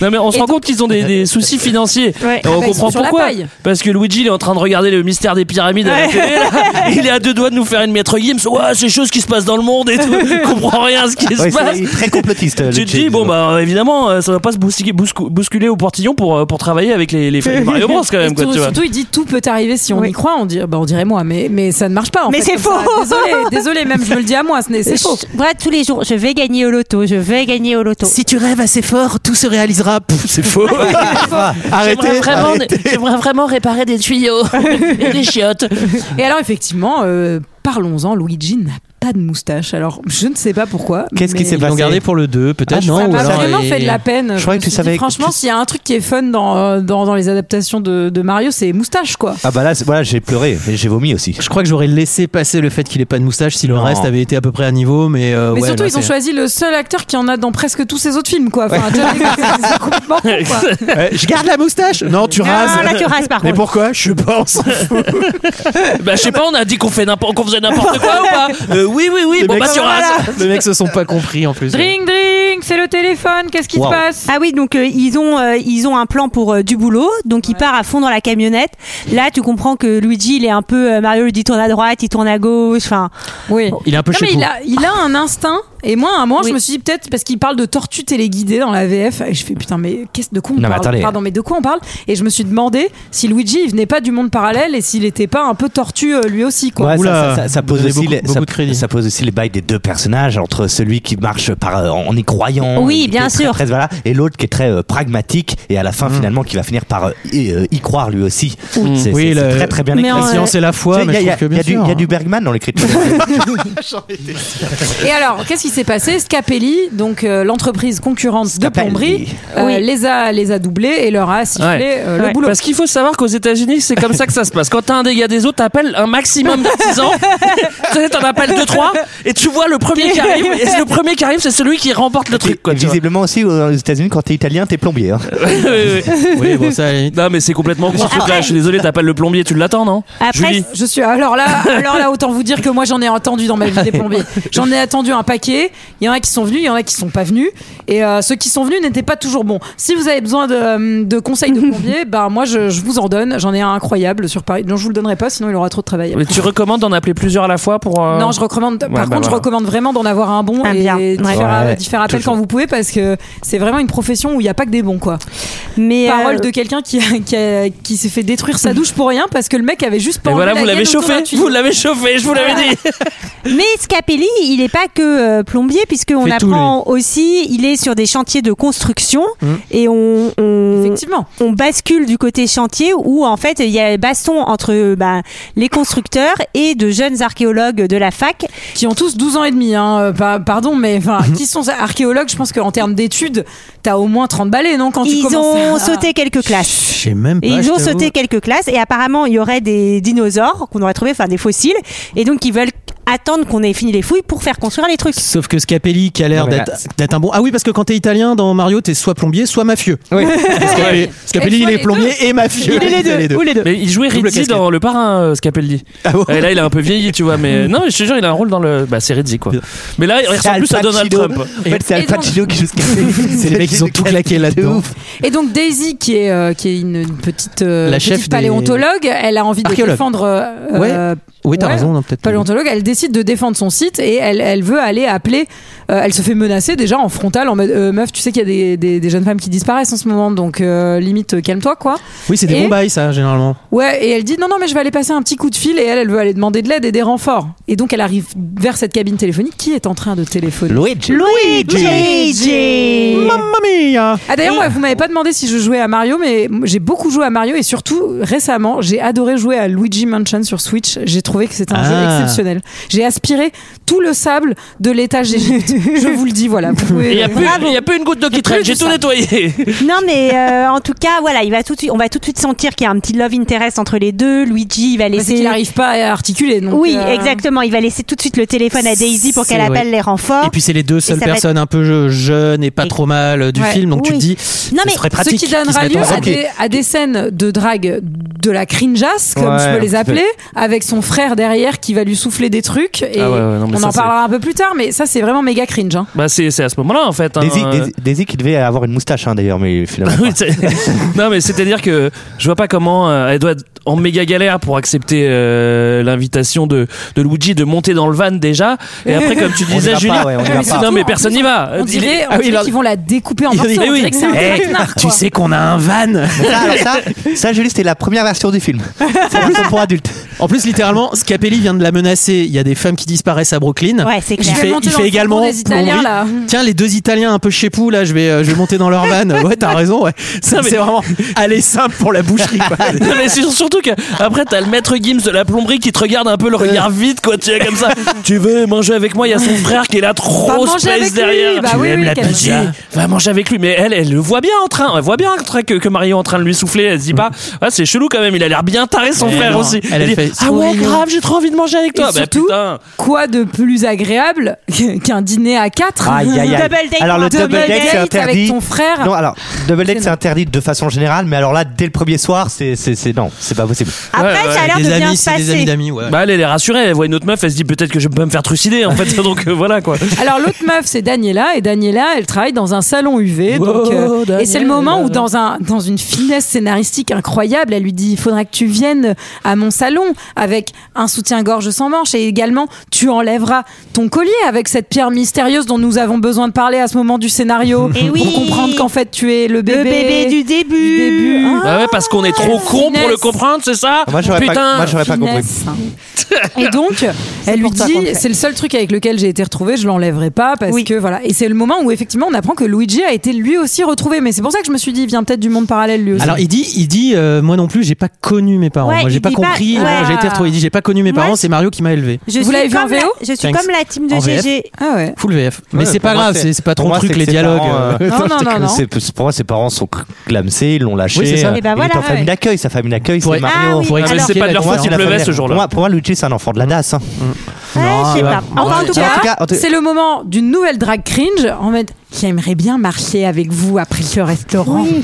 Non mais on se rend compte qu'ils ont des, des soucis financiers. Ouais. Et Ah on bah, ils comprend sont sur la pourquoi. paille. Parce que Luigi il est en train de regarder le mystère des pyramides à la télé. là. Il est à deux doigts de nous faire une maître Gims. Ouais, ces choses qui se passent dans le monde et tout. Il comprend rien à ce qui Ah Ouais, se passe. c'est très complotiste. Tu te dis, bon, bah euh, évidemment, euh, ça va pas se bousculer, bouscu- bousculer au portillon pour, euh, pour travailler avec les, les les Mario Bros quand Et même, quoi, tout- tu vois. surtout, il dit tout peut arriver si on Oui. y croit. On dirait, bah, on dirait moi, mais, mais ça ne marche pas. en Mais fait, c'est comme ça. faux. Désolé, désolé, même je me le dis à moi, ce n'est- c'est faux. Je- Moi, tous les jours, je vais gagner au loto, je vais gagner au loto. Si tu rêves assez fort tout se réalisera. Pouf, c'est faux. arrêtez. arrêtez. j'aimerais vraiment réparer des tuyaux et des chiottes. Et alors, effectivement, euh, parlons-en. Luigi n'a pas de moustache. Alors, je ne sais pas pourquoi. Qu'est-ce qui mais- s'est Ils l'ont gardé pour le 2 peut-être Ah, non Ça ou m'a alors- vraiment et- fait de la peine. Je croyais me que tu suis savais dit, que Franchement, tu- s'il y a un truc qui est fun dans, euh, dans, dans les adaptations de, de Mario, c'est moustache, quoi. Ah bah là, c'est- voilà, j'ai pleuré. Et j'ai vomi aussi. Je crois que j'aurais laissé passer le fait qu'il ait pas de moustache si le Non. reste avait été à peu près à niveau mais euh, Mais ouais, surtout, là, ils ont c'est- choisi le seul acteur qui en a dans presque tous ses autres films, quoi. Enfin, tu vois, c'est- c'est complètement con, quoi. Ouais, Eh, je garde la moustache. Non, tu rases. Ah, là, tu rases par Mais contre. pourquoi Je sais pas, on s'en fout. Bah, je sais pas, on a dit qu'on fait n'importe, qu'on faisait n'importe quoi ou pas Euh, Oui, oui, oui, Les bon, mecs- bah, tu Voilà. rases. Les mecs se sont pas compris en plus. Dring, dring Irving, c'est le téléphone, qu'est-ce qui Wow. se passe Ah oui, donc euh, ils ont euh, ils ont un plan pour euh, du boulot, donc il part à fond dans la camionnette. Là, tu comprends que Luigi, il est un peu euh, Mario lui dit tourne à droite, il tourne à gauche, enfin Oui. Il est un peu Non, chez mais il a, il a un instinct. Et moi, à un moment, Oui. je me suis dit peut-être parce qu'il parle de tortue téléguidée dans la VF. Et je fais putain, mais qu'est-ce de quoi on Non, mais parle attendez. Pardon, mais de quoi on parle Et je me suis demandé si Luigi il venait pas du monde parallèle et s'il était pas un peu tortue euh, lui aussi quoi. Ouais, Oula, Ah, ça, ça- ça- ça vous pose donnez aussi beaucoup- les, ça- beaucoup de crédit. ça pose aussi les bails des deux personnages entre celui qui marche par euh, en y Ah croyant, Oui, et qui bien est très- sûr. très- voilà, et l'autre qui est très euh, pragmatique et à la fin finalement qui va finir par euh, y, euh, y croire lui aussi. C'est Oui, c'est- le- c'est très très bien Mais écrit. en- La science et la foi, Tu sais, mais il y je a- trouve que il y a du- bien sûr. hein. il y a du Bergman dans l'écriture. Et alors, qu'est-ce qui s'est passé Scapelli, donc euh, l'entreprise concurrente Scapelli. de plomberie, euh, Oui. les a les a doublés et leur a sifflé Ouais. euh, le Ouais. boulot. Parce qu'il faut savoir qu'aux États-Unis, c'est comme ça que ça se passe. Quand t'as un dégât des eaux, t'appelles un maximum d'artisans. Tu sais, T'en appelles deux, trois, et tu vois le premier qui arrive. Et le premier qui arrive, c'est celui qui remporte le truc. Quoi, Et tu vois. visiblement aussi euh, aux États-Unis, quand t'es italien, t'es plombier. hein. Oui, oui, oui. Oui, bon, ça, à la limite. Non, mais c'est complètement con ce truc-là. Je suis désolé, t'appelles le plombier, tu l'attends, non après Julie. Euh, Je suis alors là, alors là, autant vous dire que moi j'en ai entendu dans ma vie des plombiers. J'en ai attendu un paquet. Il y en a qui sont venus, il y en a qui sont pas venus. Et euh, ceux qui sont venus n'étaient pas toujours bons. Si vous avez besoin de, euh, de conseils de plombier, ben moi je, je vous en donne. J'en ai un incroyable sur Paris. Non, je vous le donnerai pas, sinon il aura trop de travail. Mais tu recommandes d'en appeler plusieurs à la fois pour. euh, Non, je recommande. Par bah contre, je voilà. recommande vraiment d'en avoir un bon Un et bien. d'y Ouais. faire, Ouais, d'y faire appel toujours. quand vous pouvez parce que c'est vraiment une profession où il n'y a pas que des bons quoi. mais Parole euh, de quelqu'un qui, a- qui, a- qui s'est fait détruire sa douche pour rien parce que le mec avait juste pas. Et voilà, enlevé vous la l'avez gaine autour chauffé. d'un tuyau. Vous l'avez chauffé, je vous l'avais dit. Mais Scapelli, il n'est pas que euh, plombier, puisqu'on Fait tout, apprend aussi, il est sur des chantiers de construction Mmh. et on, on, Effectivement. on bascule du côté chantier où en fait il y a baston entre euh, bah, les constructeurs et de jeunes archéologues de la fac. qui ont tous 12 ans et demi, hein, euh, pa- pardon, mais enfin, qui sont archéologues, je pense qu'en termes d'études, t'as au moins 30 balais, non quand tu Ils commences ont à- sauté quelques classes. Je sais même pas. Et je ils ont t'avoue. sauté quelques classes et apparemment il y aurait des dinosaures qu'on aurait trouvé, enfin des fossiles, et donc ils veulent attendre qu'on ait fini les fouilles pour faire construire les trucs. Sauf que Scapelli, qui a l'air Non, mais là, d'être d'être un bon. Ah oui, parce que quand t'es italien dans Mario, t'es soit plombier, soit mafieux. Scapelli, Scapelli, Et il soit est les plombier et mafieux. Il est les deux, ou les deux. Mais il jouait Double Rizzi casquette. dans Le Parrain, euh, Scapelli. Ah bon Et là, il a un peu vieilli, tu vois. Mais non, mais je te jure, il a un rôle dans le. Bah, c'est Rizzi, quoi. Mais là, il C'est ressemble plus Al à Donald Pacino. Trump. En fait, c'est Al Et donc- Pacino qui joue C'est les mecs, ils ont tout claqué là-dedans. Et donc Daisy, qui est, euh, qui est une, une petite, euh, La petite chef des- paléontologue, elle a envie de Archéologue. défendre. euh, Ouais. euh, Oui, t'as Ouais. raison, non, peut-être. paléontologue, elle décide de défendre son site et elle, elle veut aller appeler. euh, elle se fait menacer déjà en frontal en mode euh, meuf, tu sais qu'il y a des, des- des jeunes femmes qui disparaissent en ce moment, donc euh, limite euh, calme-toi quoi. Oui, c'est des Et- bons bails, ça, généralement. Ouais, et elle dit non, non, mais je vais aller passer un petit coup de fil et elle, elle veut aller demander de l'aide et des renforts. Et donc elle arrive vers cette cabine téléphonique qui est en train de téléphoner. Luigi. Luigi Mamma mia Ah d'ailleurs, ouais, vous m'avez pas demandé si je jouais à Mario, mais j'ai beaucoup joué à Mario et surtout récemment, j'ai adoré jouer à Luigi Mansion sur Switch. J'ai trouvé que c'était un jeu Ah. exceptionnel. J'ai aspiré tout le sable de l'étage d'Égypte. je vous le dis, voilà. Vous pouvez- Et il n'y a, plus- il y a plus une goutte d'eau qui traîne, plus j'ai de tout ça. nettoyé. Non, mais euh, en tout cas, voilà, il va tout de suite, on va tout de suite sentir qu'il y a un petit love interest entre les deux. Luigi, il va Parce laisser. qu'il n'arrive pas à articuler. Donc, oui, euh, exactement. Il va laisser tout de suite le téléphone à Daisy pour C'est- qu'elle appelle les renforts. Et puis, c'est les deux seules ça va être- personnes un peu euh, jeunes et pas trop mal euh, du Ouais. film, donc tu Oui. te dis, Non, ce mais serait Ce pratique. qui qu'ils donnera se mettent lieu à ensemble. des, à des scènes de drague de la cringeasse, comme Ouais, je peux les un petit peu. appeler, avec son frère derrière qui va lui souffler des trucs. Et Ah ouais, ouais, non, mais on ça, en c'est- parlera un peu plus tard, mais ça, c'est vraiment méga cringe. hein. Bah, c'est c'est à ce moment-là, en fait. hein. Daisy, Daisy- Daisy qui devait avoir une moustache hein, d'ailleurs, mais finalement. Oui, c'est- non mais c'est-à-dire que je vois pas comment euh, elle doit être en méga galère pour accepter euh, l'invitation de, de Luigi de monter dans le van déjà et après comme tu On y disais va Julie pas, ouais, on y va non pas. mais personne n'y va On Il- dirait, ah on oui, dirait il a- qu'ils vont la découper en Il- morceaux. mais on oui. dirait que c'est un Eh, traquenard, tu quoi. sais qu'on a un van Ça, alors ça, ça, Julie, c'était la première version du film. C'est la version pour adultes. En plus, littéralement, Scapelli vient de la menacer. Il y a des femmes qui disparaissent à Brooklyn. Ouais, c'est Il clair. vais fait, monter il dans fait le également fourgon des Italiens, plomberie. là. Tiens, les deux Italiens un peu chépou là, je vais, euh, je vais monter dans leur van. Ouais, t'as raison. Ouais. Ça, Non, mais- c'est vraiment aller simple pour la boucherie. quoi. Non, mais c'est surtout que après t'as le maître Gims de la plomberie qui te regarde un peu le Euh. regard vide quoi tu es comme ça tu veux manger avec moi il y a son frère qui est là trop Va manger avec space lui, derrière bah tu oui, aimes oui, la qu'elle- pizza va manger avec lui mais elle elle le voit bien en train elle voit bien en train que, que Mario est en train de lui souffler elle se dit pas ah c'est bah, chelou quand même il a l'air bien taré son Mm. Mais frère non, aussi elle, elle dit, fait, ouais, ah ouais, grave, j'ai trop envie de manger avec toi. Et Bah, surtout, putain. Quoi de plus agréable qu'un dîner à quatre Aïe, aïe, aïe. Double date, alors le Martin. double date, c'est date avec interdit. ton frère Non, alors double date C'est c'est interdit de façon générale, mais alors là dès le premier soir, c'est c'est c'est non, c'est pas possible. Après, Ouais, ça a ouais, l'air de Des bien amis, se c'est des amis passer. d'amis, ouais. Bah, elle, elle est rassurée, elle voit une autre meuf, elle se dit peut-être que je peux me faire trucider en fait. Donc euh, voilà quoi. Alors l'autre meuf c'est Daniela et Daniela elle travaille dans un salon UV donc, euh, Daniela. et c'est le moment où dans un dans une finesse scénaristique incroyable elle lui dit il faudra que tu viennes à mon salon avec un soutien-gorge sans manche et également tu enlèveras ton collier avec cette pierre mystérieuse dont nous avons besoin de parler à ce moment du scénario Eh pour oui. comprendre qu'en fait tu es le bébé, Le bébé du du début. début. hein. Ah, Ah, Bah ouais, parce qu'on est trop con pour le finesse. comprendre, c'est ça Moi j'aurais pas, Putain. Ah, moi j'aurais pas compris. Finesse. Et donc, elle lui pour toi qu'on le dit, fait. c'est le seul truc avec lequel j'ai été retrouvée, je l'enlèverai pas parce Oui. que voilà. Et c'est le moment où effectivement on apprend que Luigi a été lui aussi retrouvé. Mais c'est pour ça que je me suis dit, il vient peut-être du monde parallèle lui aussi. Alors il dit, il dit, euh, moi non plus, j'ai pas connu mes parents. Ouais, moi j'ai il pas dit pas- compris. euh, ouais. J'ai été retrouvé. Il dit, j'ai pas connu mes Moi, parents. je- C'est Mario qui m'a élevé. Je Vous suis l'avez vu en comme la- VO? Je suis Thanks. comme la team de En VF. GG. ah ouais. Full VF. Mais Ouais, c'est pas pour moi, grave. C'est c'est pour pas trop le moi, truc c'est les que ses parents, dialogues. euh, euh, Non, non, non, non. c'est- c'est- Pour moi, ses parents sont cl- clamsés, ils l'ont lâché. Oui, c'est ça. euh, Eh ben il voilà, est en ouais. famille d'accueil, sa famille d'accueil, Pour- c'est Mario. Ah oui, pour alors- expliquer Mais c'est pas la de leur Pour moi, différence. faute s'il c'est la pleuvait famille- ce jour-là. Pour moi, pour moi, Luigi, c'est un enfant de la DAS. hein. Ouais, je sais bah, pas. Enfin, en tout En cas, tout cas, en tout- C'est le moment d'une nouvelle drag cringe en mode qui aimerait bien marcher avec vous après le restaurant. Oui.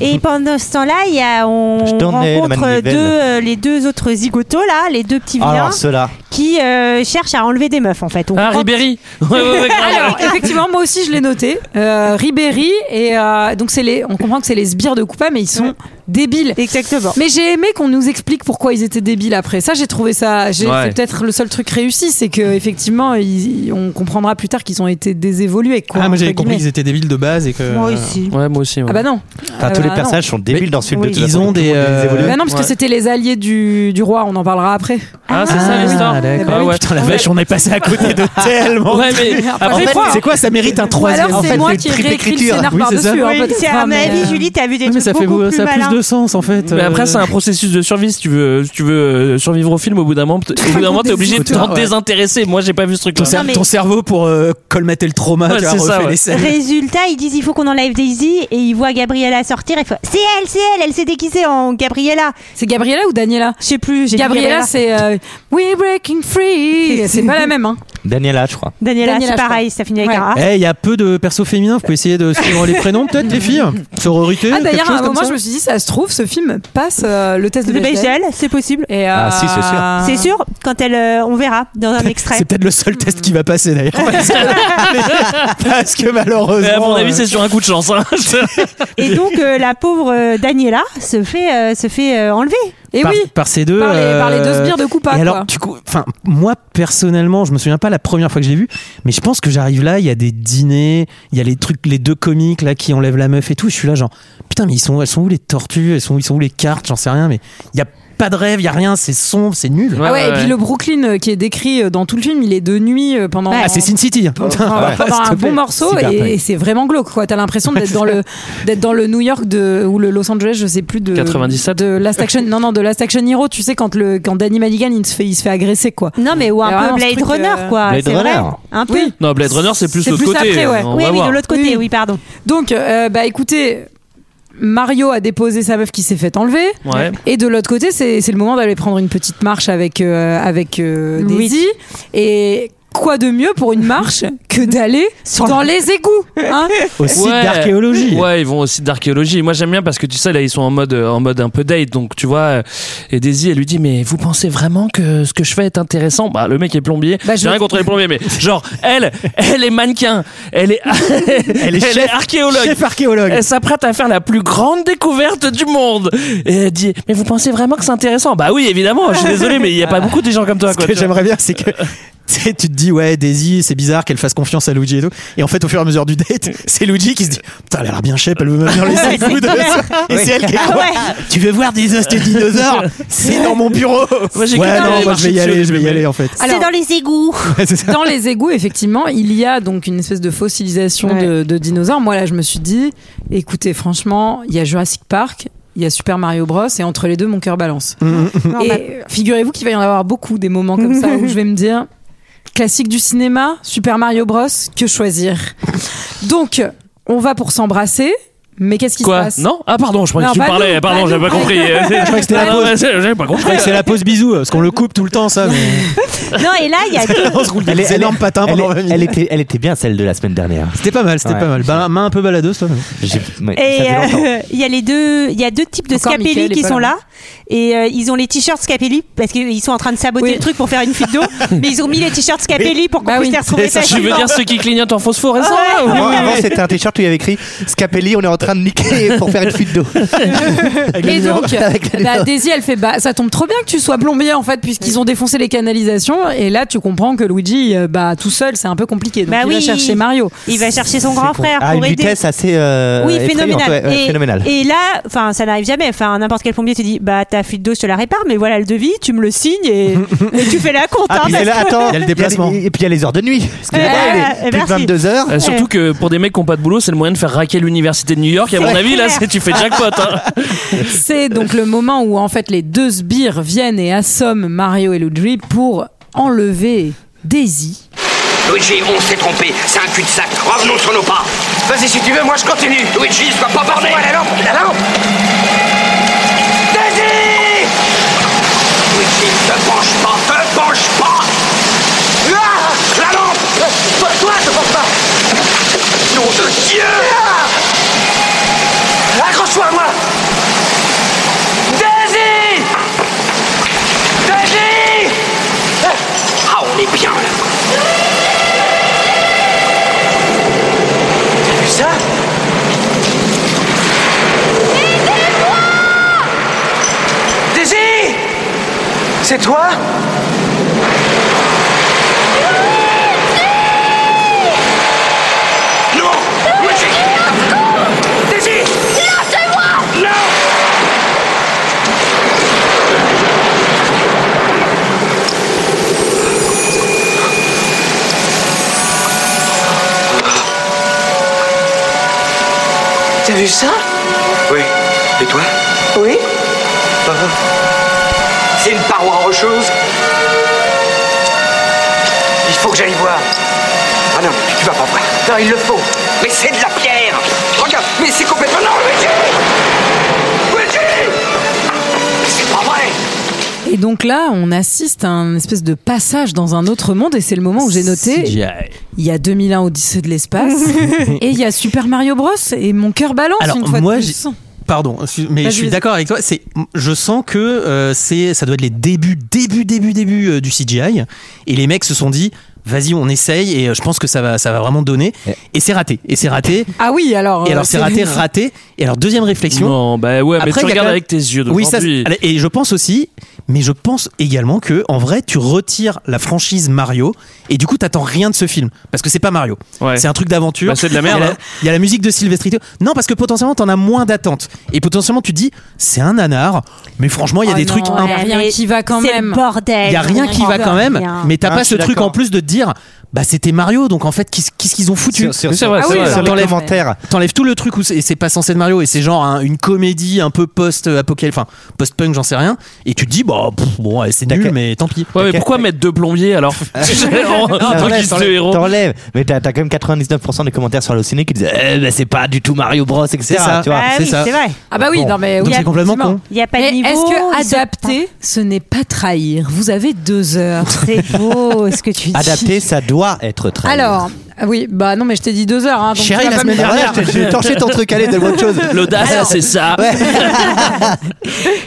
Et pendant ce temps-là, il y a, on Je t'en ai, la rencontre manivelle. Ah, deux, euh, les deux autres zigotos, là, les deux petits vilains, alors cela. qui euh, cherchent à enlever des meufs, en fait. On Ah, comprend- Ribéry Ouais, ouais, ouais, grave. Alors effectivement, moi aussi je l'ai noté. Euh, Ribéry et euh, donc c'est les. On comprend que c'est les sbires de Koopa, mais ils sont débiles. Exactement. Mais j'ai aimé qu'on nous explique pourquoi ils étaient débiles après. Ça, j'ai trouvé ça. j'ai- Ouais. C'est peut-être le seul truc réussi, c'est que effectivement, ils- on comprendra plus tard qu'ils ont été désévolués. Quoi, Ah, moi j'avais entre compris guillemets. qu'ils étaient débiles de base et que. Moi aussi. Ouais, moi aussi. ouais. Ah bah non. Enfin, Ah tous bah les non. personnages sont débiles dans ce film de oui. toute Ils façon, ont tout le des, monde euh, les évolue. Bah non, parce que Ouais. c'était les alliés du, du roi. On en parlera après. Ah, c'est ça Ah, l'histoire oui. Ah, Bah oui, ouais. Putain, la vache, on est passé à côté de tellement. Ouais, mais Après, après, je crois. Ah, C'est quoi Ça mérite un Ou troisième. alors en c'est fait. moi le qui ai triple réécrit le écriture. scénar Oui, par c'est ça. dessus. hein, Oui, peut-être c'est pas, à ma mais, avis, euh, Julie, t'as vu des Ouais, mais trucs ça fait beaucoup beau- plus ça a plus malins. de sens en fait. Mais euh. après, c'est un processus de survie. Si tu veux, si tu veux euh, survivre au film, au bout d'un moment, t- au bout d'un moment, t'es obligé de histoires, t'en ouais. désintéresser. Moi, j'ai pas vu Ton, ce truc-là. cer- mais- ton cerveau pour euh, colmater le trauma, Ouais, tu as c'est ça, refait ouais. les scènes. Résultat, ils disent il faut qu'on enlève Daisy et ils voient Gabriella sortir. et Faut... C'est elle, c'est elle, elle s'est déguisée en Gabriella. C'est Gabriella ou Daniela Je sais plus, j'ai dit Gabriella, c'est euh, We Breaking Free. C'est pas la même. Hein. Daniela, je crois. Daniela, Daniela, c'est je crois. pareil, ça finit avec Ouais. un A. Eh, il y a peu de persos féminins, vous pouvez essayer de suivre les prénoms peut-être, les filles Sororité Ah quelque d'ailleurs, chose à un comme moment, ça je me suis dit, ça se trouve, ce film passe euh, le test de Le Bechdel. Bechdel, c'est possible. Et, Ah, si, c'est sûr. euh, C'est sûr, quand elle, euh, on verra dans un extrait. C'est peut-être le Hmm. seul test qui va passer d'ailleurs. Parce, que- parce que malheureusement. Mais Eh, à mon euh, avis, c'est sur un coup de chance. hein. Et donc euh, la pauvre euh, Daniela se fait, euh, se fait euh, enlever. Et par, oui, par ces deux. par les- euh, par les deux sbires de Koopa, Et quoi. alors, du coup, enfin, moi personnellement, je me souviens pas la première fois que je l'ai vu, mais je pense que j'arrive là, il y a des dîners, il y a les trucs, les deux comiques là qui enlèvent la meuf et tout. Je suis là genre, putain, mais ils sont, elles sont où les tortues Elles sont, ils sont où les cartes J'en sais rien, mais il y a pas de rêve, il y a rien, c'est sombre, c'est nul. Ah ouais, Ouais, et ouais, puis ouais. le Brooklyn euh, qui est décrit euh, dans tout le film, il est de nuit euh, pendant. Ah, c'est Sin City. Putain, pendant- on va pas pendant se un taper. bon morceau Super, et, ouais. et c'est vraiment glauque quoi. T'as l'impression d'être dans le d'être dans le New York de ou le Los Angeles, je sais plus de 97. de Last Action. Non non de Last Action Hero. Tu sais quand le quand Danny Madigan il se fait il se fait agresser quoi. Non, mais ou un Ah, peu non, ce Blade truc, Runner, euh, quoi. Blade c'est Runner. vrai. Un peu. Oui. Non, Blade Runner, c'est plus C'est l'autre plus côté. hein. après, ouais. On oui, va oui, voir. de l'autre côté, Oui. oui, pardon. Donc euh, bah écoutez. Mario a déposé sa meuf qui s'est fait enlever. Ouais. Et de l'autre côté, c'est c'est le moment d'aller prendre une petite marche avec, euh, avec euh, Luigi. Daisy. Et quoi de mieux pour une marche que d'aller dans les égouts hein Au site Ouais. d'archéologie. Ouais, ils vont au site d'archéologie. Moi, j'aime bien parce que tu sais, là, ils sont en mode, en mode un peu date. Donc, tu vois, euh, et Daisy, elle lui dit, mais vous pensez vraiment que ce que je fais est intéressant Bah, le mec est plombier. Bah, je- J'ai rien contre les plombiers, mais genre, elle, elle est mannequin. Elle est, elle est, chef- archéologue. Chef archéologue. Elle s'apprête à faire la plus grande découverte du monde. Et elle dit, mais vous pensez vraiment que c'est intéressant Bah oui, évidemment, je suis désolé, mais il n'y a pas beaucoup de gens comme toi. Ce Quoi, que tu vois. j'aimerais bien, c'est que tu sais, tu te dis, ouais, Daisy, c'est bizarre qu'elle fasse confiance à Luigi et tout. Et en fait, au fur et à mesure du date, c'est Luigi qui se dit, putain, elle a l'air bien chèpe, elle veut même venir laisser les coudes. Et c'est elle qui est Ah quoi ouais. Tu veux voir des os de dinosaures C'est dans mon bureau. Moi, j'ai ouais, que non, dalle, moi, je vais y marcher aller, dessus, je vais y mais- aller, en fait. Alors- C'est dans les égouts. Ouais, c'est ça. Dans les égouts, effectivement, il y a donc une espèce de fossilisation Ouais. de, de dinosaures. Moi, là, je me suis dit, écoutez, franchement, il y a Jurassic Park, il y a Super Mario Bros. Et entre les deux, mon cœur balance. Mmh. Et euh, figurez-vous qu'il va y en avoir beaucoup des moments comme ça où je vais me dire classique du cinéma, Super Mario Bros, que choisir Donc, on va pour s'embrasser, Mais qu'est-ce qui se Quoi passe Non Ah pardon, je croyais que Non, tu pas bah parlais. nous, pardon, pas j'avais nous. pas compris. je croyais que c'était la pause. J'avais pas compris. Je crois que c'est la pause bisou, parce qu'on le coupe tout le temps, ça. mais Non, et là, il y a deux- on se roule des énormes patins elle, pendant est- 20 minutes. elle était, elle était bien celle de la semaine dernière. C'était pas mal, c'était Ouais. pas mal. Bah, main un peu baladeuse, toi. J'ai- ouais, ça Et fait longtemps. euh, il y a les deux, il y a deux types de Encore Scapelli Mickaël est qui pas sont là. là, et euh, ils ont les t-shirts Scapelli parce qu'ils sont en train de saboter Oui. le truc pour faire une fuite d'eau, mais ils ont mis les t-shirts Scapelli pour qu'on Bah puisse oui. les retrouver. C'est ça, Tu veux dire ceux qui clignotent en Ah, phosphorescent là, ou- Moi, avant, c'était un t-shirt où il y avait écrit Scapelli, on est en train de niquer pour faire une fuite d'eau. Et donc, Avec la bah, Daisy, elle fait bah, ça tombe trop bien que tu sois plombier en fait, puisqu'ils ont défoncé les canalisations. Et là, tu comprends que Luigi, euh, bah, tout seul, c'est un peu compliqué. Donc, Bah il va oui. chercher Mario. Il va chercher son grand frère à pour Ah, une aider. vitesse assez euh, oui, effrayante, phénoménal. ouais, ouais, et, phénoménale. et là, enfin, ça n'arrive jamais. Enfin, n'importe quel plombier te dit, bah, ta fuite d'eau, je te la répare, mais voilà le devis, tu me le signes et, et tu fais la compte. hein, Ah, puis parce c'est là, que- attends, Il y a le déplacement. et puis il y a les heures de nuit. Parce que Eh, là, il est eh, plus eh, de merci. 22 heures. Euh, Surtout que pour des mecs qui n'ont pas de boulot, c'est le moyen de faire raquer l'université de New York. Et à mon avis, là, c'est- tu fais jackpot. hein. C'est donc le moment où en fait les deux sbires viennent et assomment Mario et Luigi pour enlever Daisy. Luigi, on s'est trompé, c'est un cul-de-sac. Revenons sur nos pas. Vas-y, si tu veux, moi je continue. Luigi, sois pas par moi, la lampe, la lampe. Daisy Luigi, te penche pas, te penche pas. Ah, la lampe Toi, toi, te penche pas. Nom de Dieu Ah Accroche-toi à moi. Daisy Daisy Ah, on est bien là. T'as vu ça Daisy C'est toi Non Luigi Daisy Lâchez-moi Non T'as vu ça Oui. Et toi Oui Ah. C'est une paroi rocheuse. Il faut que j'aille voir. Ah non, tu vas pas près. Non, il le faut. Mais c'est de la pierre. Regarde, mais c'est complètement... Non, Luigi Luigi Mais c'est pas vrai Et donc là, on assiste à un espèce de passage dans un autre monde et c'est le moment où j'ai noté il y a 2001 Odyssée de l'espace et il y a Super Mario Bros et mon cœur balance Alors, une fois moi, de j'ai- plus. Pardon, excuse- mais Vas-y, je suis vas-y. d'accord avec toi. C'est, je sens que euh, c'est, ça doit être les débuts, début, début, début euh, du CGI. Et les mecs se sont dit, vas-y, on essaye. Et euh, je pense que ça va, ça va vraiment donner. Eh. Et c'est raté. Et c'est raté. Ah oui, Oh, alors Et euh, bah, alors c'est raté, raté. Et alors deuxième réflexion. Non, bah ouais, mais Après, il y a tu quand regardes même- avec tes yeux Oui, ça. d'aujourd'hui. c'est- Et je pense aussi, mais je pense également que, en vrai, tu retires la franchise Mario et du coup, t'attends rien de ce film parce que c'est pas Mario. Ouais. C'est un truc d'aventure. Bah, c'est de la merde, Il y a hein. la, il y a la musique de Sylvester Stallone. Non, parce que potentiellement, t'en as moins d'attentes et potentiellement, tu te dis, c'est un nanar. Mais franchement, il y a Oh des non, trucs. ouais. imp- y a rien Mais qui va quand c'est le même. bordel. Il y a rien On qui va comprend quand même. rien. Mais t'as Ah, pas je ce suis truc d'accord. en plus de te dire, bah c'était Mario. Donc en fait, qu'est-ce qu'est-ce qu'ils ont foutu Sur, sur- Oui, c'est sur- vrai, Ah c'est oui, vrai. sur alors- les Ouais. commentaires. T'enlèves tout le truc où c'est c'est pas censé de Mario et c'est genre un- une comédie un peu post-apocalypse, enfin post-punk, j'en sais rien. Et tu te dis, bah, pff, bon, ouais, c'est nul, D'accord. mais tant pis. Ouais, mais pourquoi mettre deux plombiers alors Tant qu'ils T'enlèves, sont deux t'enlèves, héros. t'enlèves. Mais t'as t'as quand même 99% des commentaires sur le ciné qui disent eh, ben, c'est pas du tout Mario Bros, etc. C'est ça. Tu vois. Ah c'est oui, ça. c'est vrai. Ah bah oui, Bon. non mais Donc oui, c'est complètement effectivement. con. Il n'y a pas de Mais niveau. est-ce que ils ont adapter, ce n'est pas trahir Vous avez deux heures. pas- C'est beau ce que tu dis. Adapté, ça doit être très. Alors, oui, bah non, mais je t'ai dit deux heures. Hein, donc Chérie, tu vas la pas me semaine dire- dernière, j'ai torché ton truc, allez, donne-moi autre chose. L'audace, c'est ça.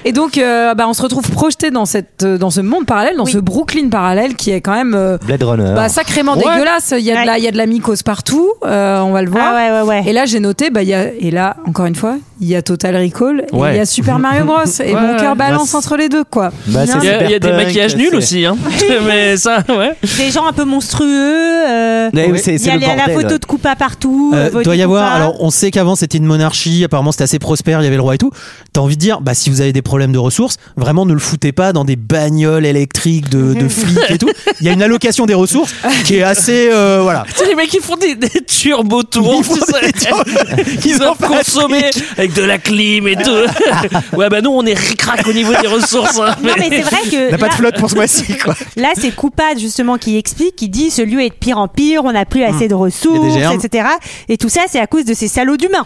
Et donc, euh, bah, on se retrouve projeté dans cette, euh, dans ce monde parallèle, dans ce Brooklyn parallèle, qui est quand même euh, Blade Runner. bah, sacrément Ouais. dégueulasse. Il y a de la, Ouais. il y a de la mycose partout. euh, on va le voir. Ah ouais, ouais, ouais. Et là, j'ai noté, bah, il y a, et là, encore une fois, il y a Total Recall, et il Ouais. y a Super Mario Bros. Et Ouais, mon cœur ouais. balance entre les deux, quoi. Bah, c'est Il y a, super il y a des punk, maquillages nuls c'est- aussi, hein. mais ça, ouais. Des gens un peu monstrueux. euh, Ouais, oui, c'est- Il y c'est a le la- la bordel. photo de Koopa partout. Euh, la photo doit y de avoir, Koopa. alors on sait qu'avant c'était une monarchie, apparemment c'était assez prospère, il y avait le roi et tout. T'as envie de dire, bah si vous avez des problèmes de ressources, vraiment ne le foutez pas dans des bagnoles électriques de, de flics et tout. Il y a une allocation des ressources qui est assez, euh, voilà. Tu sais, les mecs, ils font des, des turbotours, tu sais. Ils doivent consommer avec de la clim et tout. ouais, bah nous, on est ricrac au niveau des ressources. hein. Non, mais c'est vrai que. T'as pas de là- flotte pour ce mois-ci, quoi. Là, c'est Koopa justement qui explique, qui dit ce lieu est de pire en pire, on n'a plus assez de ressources, germes. etc. Et tout ça, c'est à cause de ces salauds d'humains.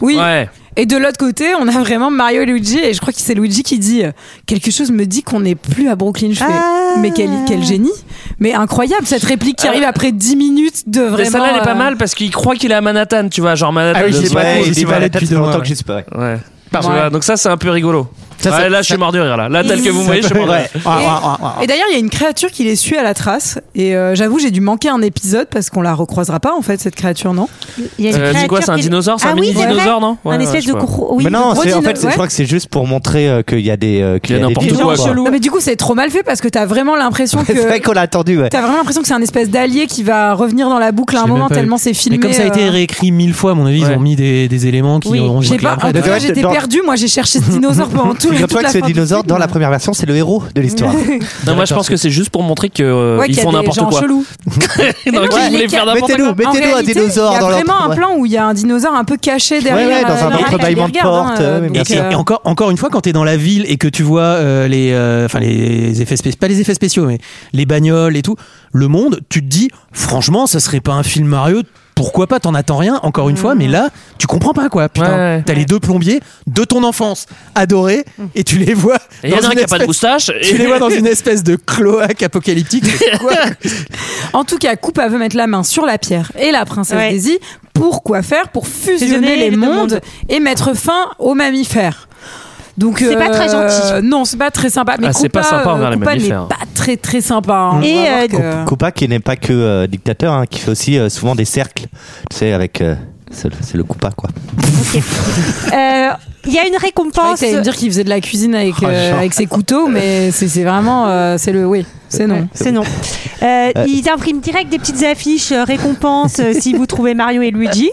Oui. Ouais. Et de l'autre côté, on a vraiment Mario et Luigi, et je crois que c'est Luigi qui dit euh, quelque chose me dit qu'on n'est plus à Brooklyn. Je fais, Ah. mais quel, quel génie Mais incroyable cette réplique qui arrive après 10 minutes de Mais vraiment. celle-là, elle est euh, pas mal parce qu'il croit qu'il est à Manhattan, tu vois. Genre Manhattan, Ah oui, je j'y sais suis pas allé, où, j'y tu suis vois. allé Ça fait depuis deux longtemps mois. que j'y suis pas. Ouais. Tu vois, donc ça, c'est un peu rigolo. Ça, Ouais, ça- là, je ça- suis mort de rire, là. Là, tel que vous me voyez, je suis mort de rire. Ouais. Ah, ah, ah, ah, ah. Et d'ailleurs, il y a une créature qui les suit à la trace. Et euh, j'avoue, j'ai dû manquer un épisode parce qu'on la recroisera pas en fait cette créature, non Il y a une Euh, c'est quoi, créature c'est un qui- dinosaure, c'est Ah un oui, c'est vrai. mini-dinosaure, non Ouais, Un ouais, espèce je de sais pas. gros. Oui, mais non, de gros c'est- en dino- fait, c'est- ouais. je crois que c'est juste pour montrer euh, qu'il y a des euh, qu'il Il y a des n'importe films, quoi, Genre quoi. chelou. Non, mais du coup, c'est trop mal fait parce que t'as vraiment l'impression C'est vrai que qu'on l'a attendu, ouais. t'as vraiment l'impression que c'est un espèce d'allié qui va revenir dans la boucle à Je un l'ai moment même pas tellement vu. c'est filmé. Mais comme ça a été euh, réécrit mille fois, à mon avis, Ouais. ils ont mis des, des éléments qui Oui, ont je sais pas. En après. tout cas, Ouais, j'étais dans- perdu. Moi, j'ai cherché ce dinosaure pendant tout le. Figure-toi toute que la ce fin du dinosaure, film. dans la première version, c'est le héros de l'histoire. Non, moi, je pense que c'est juste pour montrer qu'ils Ouais, qu'il y a font des n'importe gens quoi. chelous. Donc, non, ils mais voulaient les faire cas- n'importe Mettez-nous, quoi. mettez-nous En un réalité, dinosaure dans Il y a vraiment l'entre- un ouais. plan où il y a un dinosaure un peu caché derrière. ouais, dans euh, un derrière entrebâillement de la garde, porte, hein, euh, donc, bien Et, sûr. euh, et encore, encore une fois, quand t'es dans la ville et que tu vois euh, les, euh, enfin les effets spéciaux, pas les effets spéciaux, mais les bagnoles et tout, le monde, tu te dis, franchement, ça serait pas un film Mario. Pourquoi pas T'en attends rien. Encore une fois, mais là, tu comprends pas quoi. Putain, Mmh. Ouais, Mmh. ouais. t'as les deux plombiers de ton enfance, adorés, et tu les vois. Et il y en dans a un une qui a pas de espèce- moustache. Tu les vois dans une espèce de cloaque apocalyptique. C'est quoi En tout cas, Coupe veut mettre la main sur la pierre et la princesse Ouais. Daisy pour quoi faire Pour fusionner Fusionner les, les deux mondes, mondes. et mettre fin aux mammifères. Donc euh, C'est pas très gentil. Non, c'est pas très sympa. Mais Ah, c'est pas Koopa, sympa euh, envers les Koopa n'est mammifères. pas très très sympa. hein. On Et, va voir euh, que- Koopa qui n'est pas que euh, dictateur, hein, qui fait aussi euh, souvent des cercles. Tu sais, avec. euh, c'est le- c'est le Koopa, quoi. Euh, Il y a une Je croyais récompense. que t'allais me dire qu'il faisait de la cuisine avec, Oh, euh, genre. avec ses couteaux, mais c'est c'est vraiment. euh, c'est le. Oui, c'est non. C'est non. Euh, Ils impriment direct des petites affiches euh, récompenses euh, si vous trouvez Mario et Luigi.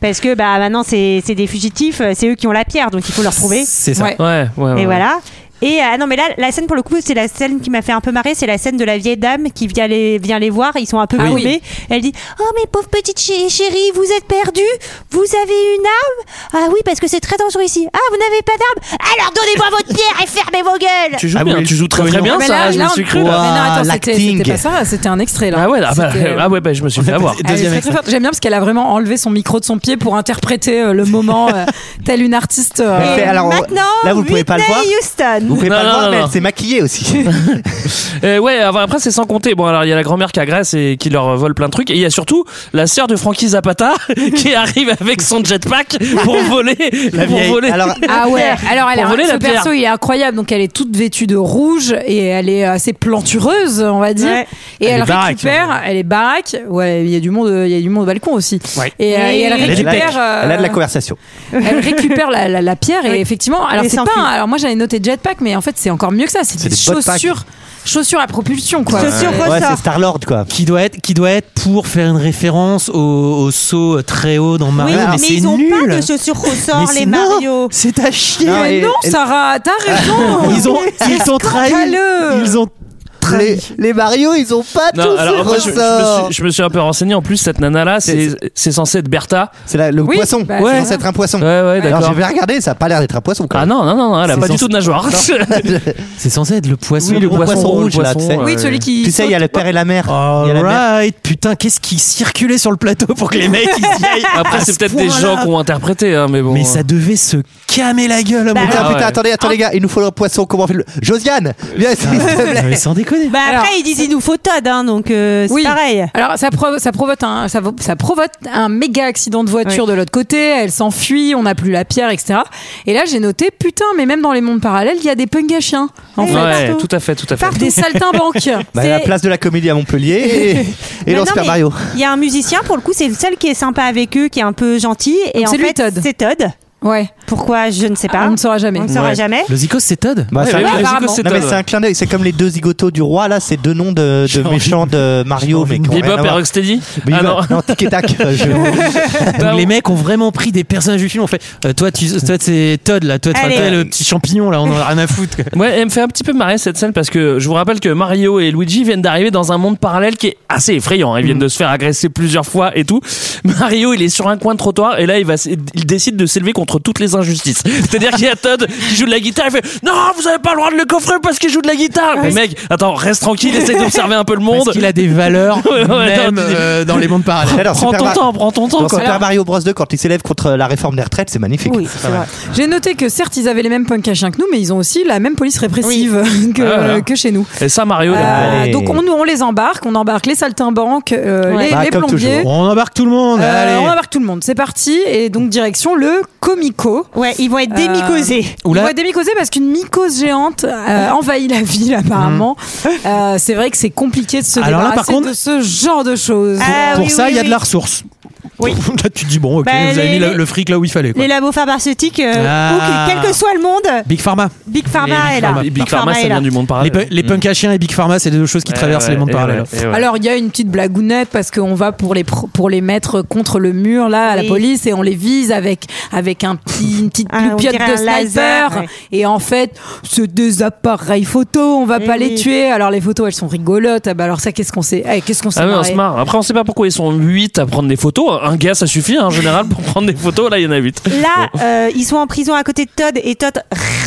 Parce que bah, maintenant, c'est c'est des fugitifs, euh, c'est eux qui ont la pierre, donc il faut leur trouver. C'est ça. Ouais. Ouais, ouais, Ah ouais. Et voilà. Et euh, non, mais là, la scène pour le coup, c'est la scène qui m'a fait un peu marrer. C'est la scène de la vieille dame qui vient les, vient les voir. Ils sont un peu Ah oui. paumés. Elle dit Oh, mes pauvres petites chéries, vous êtes perdus Vous avez une arme Ah oui, parce que c'est très dangereux ici. Ah, vous n'avez pas d'arme Alors donnez-moi votre pierre et fermez vos gueules Tu joues Ah, bien, oui, tu joues très oui, très non. bien, Mais ça, là, je me là, suis on- cru. Mais non, là. attends, Ouah, c'était l'acting. c'était pas ça, c'était un extrait là. Ah ouais, ah bah, C'était- ah ouais, bah, je me suis fait avoir. Elle est Deuxième très, très extrait. forte. J'aime bien parce qu'elle a vraiment enlevé son micro de son pied pour interpréter euh, le moment, euh, telle une artiste. euh, Mais euh, alors, on- Maintenant, là, vous pouvez pas le Whitney voir. Houston. Vous pouvez Non, pas le non, voir, non, mais non. elle s'est maquillée aussi. Euh, ouais, avant- après c'est sans compter. Bon alors il y a la grand-mère qui agresse et qui leur vole plein de trucs. Et il y a surtout la sœur de Frankie Zapata qui arrive avec son jetpack pour voler, La pour vieille. voler. Alors, Ah ouais, alors elle Pour a- voler ce la pierre. perso il est incroyable, donc elle est toute vêtue de rouge et elle est assez plantureuse, on va dire. Ouais. Et elle, est baraque, récupère, elle est baraque, ouais, il y a du monde, il y a du monde au balcon aussi. Ouais. Et, euh, et elle elle, a des récupère, pecs. Elle a de la conversation. euh, elle récupère la, la- la pierre et Oui. effectivement, alors Et c'est pas, s'enfuit. un- alors moi j'avais noté jetpack, mais en fait c'est encore mieux que ça, c'est des, des botpacks. chaussures, chaussures à propulsion quoi. Chaussures Ouais, c'est ressort. Star-Lord, quoi. Qui doit, être, qui doit être pour faire une référence au, au saut très haut dans Oui, Mario, mais, mais c'est ils ont nul. pas de chaussures ressort, Mais les c'est- non, Mario. C'est à chier. Non, Mais et- non, et- Sarah, t'as raison. Ils ont, ils ont trahi. scandaleux. Ils ont Les, les Mario, ils ont pas Non, tous alors les moi, je, je me ressorts. suis, je me suis un peu renseigné. En plus, cette nana là, c'est c'est censé être Bertha. C'est la- le Oui, poisson. bah, c'est c'est censé ça. être un poisson. Ouais, ouais, Alors d'accord. j'ai bien regardé, ça a pas l'air d'être un poisson. Quand Ah même. non, non, non, non, elle a C'est pas du censé- tout de nageoire. C'est censé être le poisson. euh, Oui, le poisson rouge, là, tu sais. Oui, celui qui. Tu sais, il y a le père et la mère. Il y a la mère. Alright, putain, qu'est-ce qui circulait sur le plateau pour que les mecs ils y aillent Après, à c'est ce peut-être des point-là gens qui ont interprété, hein, mais bon. Mais ça devait se camer la gueule à mon Bah, Putain, gars. Ah ouais. putain, attendez, attendez, les gars, il nous faut le poisson. Comment on fait le. Josiane Viens ici, s'il te plaît. Non, mais sans déconner. Bah Alors- après, ils disent il nous faut Todd, hein, donc euh, c'est Oui. pareil. Alors ça, provo- ça provoque un ça, vo- ça provoque un méga accident de voiture de l'autre côté. Elle s'enfuit, on n'a plus la pierre, etc. Et là j'ai noté putain, mais même dans les mondes parallèles, il y a des punks à chiens. En Ouais. fait, Ouais, hein, partout. tout à fait, tout à fait. des saltimbanques. Bah, la C'est- place de la comédie à Montpellier et, et Bah dans non, Super mais Mario. Il y a un musicien, pour le coup, c'est le seul qui est sympa avec eux, qui est un peu gentil. Et Donc en c'est lui, fait, Todd. c'est Todd. Ouais, Pourquoi Je ne sais pas. on ne saura jamais. On ne saura jamais. Le Zico, Ah, c'est Todd Bah, Ouais, c'est ouais, un- les apparemment. Zico, c'est Non mais Todd. c'est un clin d'œil, c'est comme les deux zigotos du roi là, c'est deux noms de, J'ai de envie- méchants de Mario j'ai mais envie qui ont rien à Bebop et voir. Rocksteady Bebop, Ah non. non, tic et tac. euh, je- Donc Bah, les mecs ont vraiment pris des personnages du film. On fait, euh, toi, tu, toi, c'est Todd là, toi, tu Allez. le petit champignon là, on en a rien à foutre. quoi. Ouais, elle me fait un petit peu marrer cette scène parce que je vous rappelle que Mario et Luigi viennent d'arriver dans un monde parallèle qui est assez effrayant. hein. Ils Mm. viennent de se faire agresser plusieurs fois et tout. Mario, il est sur un coin de trottoir et là, il va, s- il décide de s'élever contre toutes les injustices. C'est-à-dire qu'il y a Todd qui joue de la guitare, il fait Non, vous avez pas le droit de le coffrer parce qu'il joue de la guitare. Mais mec, attends, reste tranquille, essaye d'observer un peu le monde. Parce qu'il a des valeurs, Ouais, ouais, même non, tu dis- euh, dans les mondes parallèles. Alors, Prends Super ton Mar- temps, prends ton temps. Dans quoi. Super Mario Bros 2, quand il s'élève contre la réforme des retraites, c'est magnifique. Oui, c'est vrai. J'ai noté que certes, ils avaient les mêmes punks à chien que nous, mais ils ont aussi la même police répressive que, Ah, voilà. que chez nous. Et ça, Mario, il a- Euh, Allez. donc on, nous, on les embarque, on embarque les saltimbanques, euh, Ouais. les, Bah, les comme plombiers. toujours. On embarque tout le monde. Euh, allez. on embarque tout le monde. C'est parti. Et donc direction le Comico. Ouais, ils Euh, vont être démicosés. Oula. On va démycoser parce qu'une mycose géante euh, envahit la ville apparemment. Euh, c'est vrai que c'est compliqué de se Alors là, débarrasser par contre- de ce genre de choses. Ah, Pour oui, ça, il oui, y a oui. de la ressource. Oui. Là, tu te dis, bon, ok, Bah, vous avez les- mis le, les- le fric là où il fallait. quoi. Les labos pharmaceutiques, euh, Ah. où que- quel que soit le monde, Big Pharma. Big Les Pharma Big est là. Pharma. Big Pharma, ça est là. vient du monde Les, parallèle. pu- les punks à chiens et Big Pharma, c'est les deux choses qui Ah, Mm. Ouais, traversent ouais, Ah les mondes et parallèles. ouais, et ouais. Alors il y a une petite blagounette parce qu'on va pour les pro- pour les mettre contre le mur là à la Oui. police et on les vise avec avec un petit une petite Ah, on loupiote dirait de un sniper laser, ouais. et en fait c'est des appareils photo on va Eh pas oui. les tuer alors les photos elles sont rigolotes Ah bah, alors ça qu'est-ce qu'on sait Eh, qu'est-ce qu'on sait Ah ouais, on se marre. Après, on sait pas pourquoi ils sont 8 à prendre des photos. Un gars, ça suffit hein, en général pour prendre des photos. Là, il y en a 8. Là, euh, ils sont en prison à côté de Todd et Todd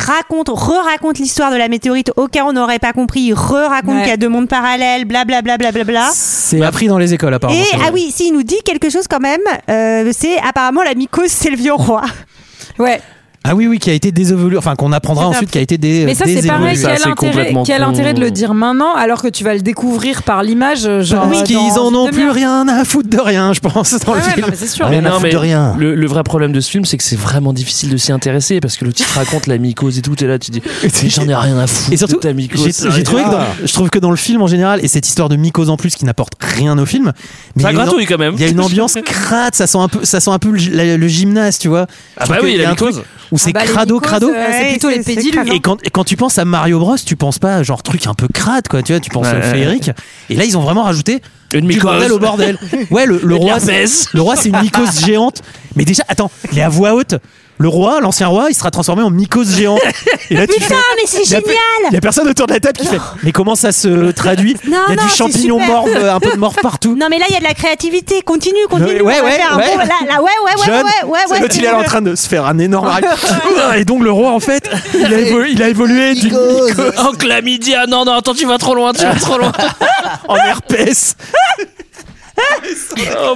raconte, re-raconte l'histoire de la météorite au cas où on n'aurait pas compris. Il re-raconte Ouais. qu'il y a deux mondes parallèles, blablabla. Bla, bla, bla, bla. C'est appris dans les écoles, apparemment. Bah, Et c'est vrai. ah oui, si il nous dit quelque chose quand même, euh, c'est apparemment la mycose c'est le vieux roi. ouais Ah oui, oui, qui a été désévolu, enfin qu'on apprendra C'est ça. ensuite qui a été dé, mais ça c'est pareil désévolué. Ça, quel c'est intérêt complètement quel con. intérêt de le dire maintenant alors que tu vas le découvrir par l'image euh, genre Parce euh, qu'ils dans en une ont demi-heure. plus rien à foutre de rien, je pense, dans Ah le ouais, film. non, mais c'est sûr Rien à foutre de rien. Le, le vrai problème de ce film, c'est que c'est vraiment difficile de s'y intéresser parce que le titre raconte la mycose et tout. Et là, tu dis, mais j'en ai rien à foutre. Et surtout, de ta mycose. Ah, j'ai j'ai trouvé que dans- je trouve que dans le film en général, et cette histoire de mycose en plus qui n'apporte rien au film, mais il Ça y a une- gratouille quand même. Il y a une ambiance crade, ça sent un peu, ça sent un peu le, gy- la- le gymnase, tu vois. Ah Je bah trouve oui, qu'il y a la un truc mycose. où c'est bah, les crado, mycoses, crado. euh, c'est Ouais, plutôt les c'est- hein. c'est pédilules. crado. Et quand, et quand tu penses à Mario Bros, tu penses pas à genre truc un peu crade, quoi, tu vois, tu penses Ouais, au ouais. féerique. Et là, ils ont vraiment rajouté Une du mycose. bordel au bordel. Ouais, le, le Et de roi, l'herpès. le roi, c'est une mycose géante. Mais déjà, attends, mais à voix haute, le roi, l'ancien roi, il sera transformé en mycose géante. Et là, tu fais- Putain, mais c'est il y a pe- Il y génial. a personne autour de la table qui fait. Mais comment ça se traduit Il y Non, a non, du c'est champignon super. mort, euh, un peu de mort partout. Non mais là il y a de la créativité, continue, continue. Euh, ouais, on va ouais, faire un ouais. beau- là, là, ouais, ouais, ouais, John, ouais, ouais, ouais. l'autre, il est en train de se faire un énorme râle. Et donc le roi, en fait, il a, évo- il a évolué d'une mycose En chlamydia. Non, non, attends, tu vas trop loin. Tu vas trop loin. en herpès. Oh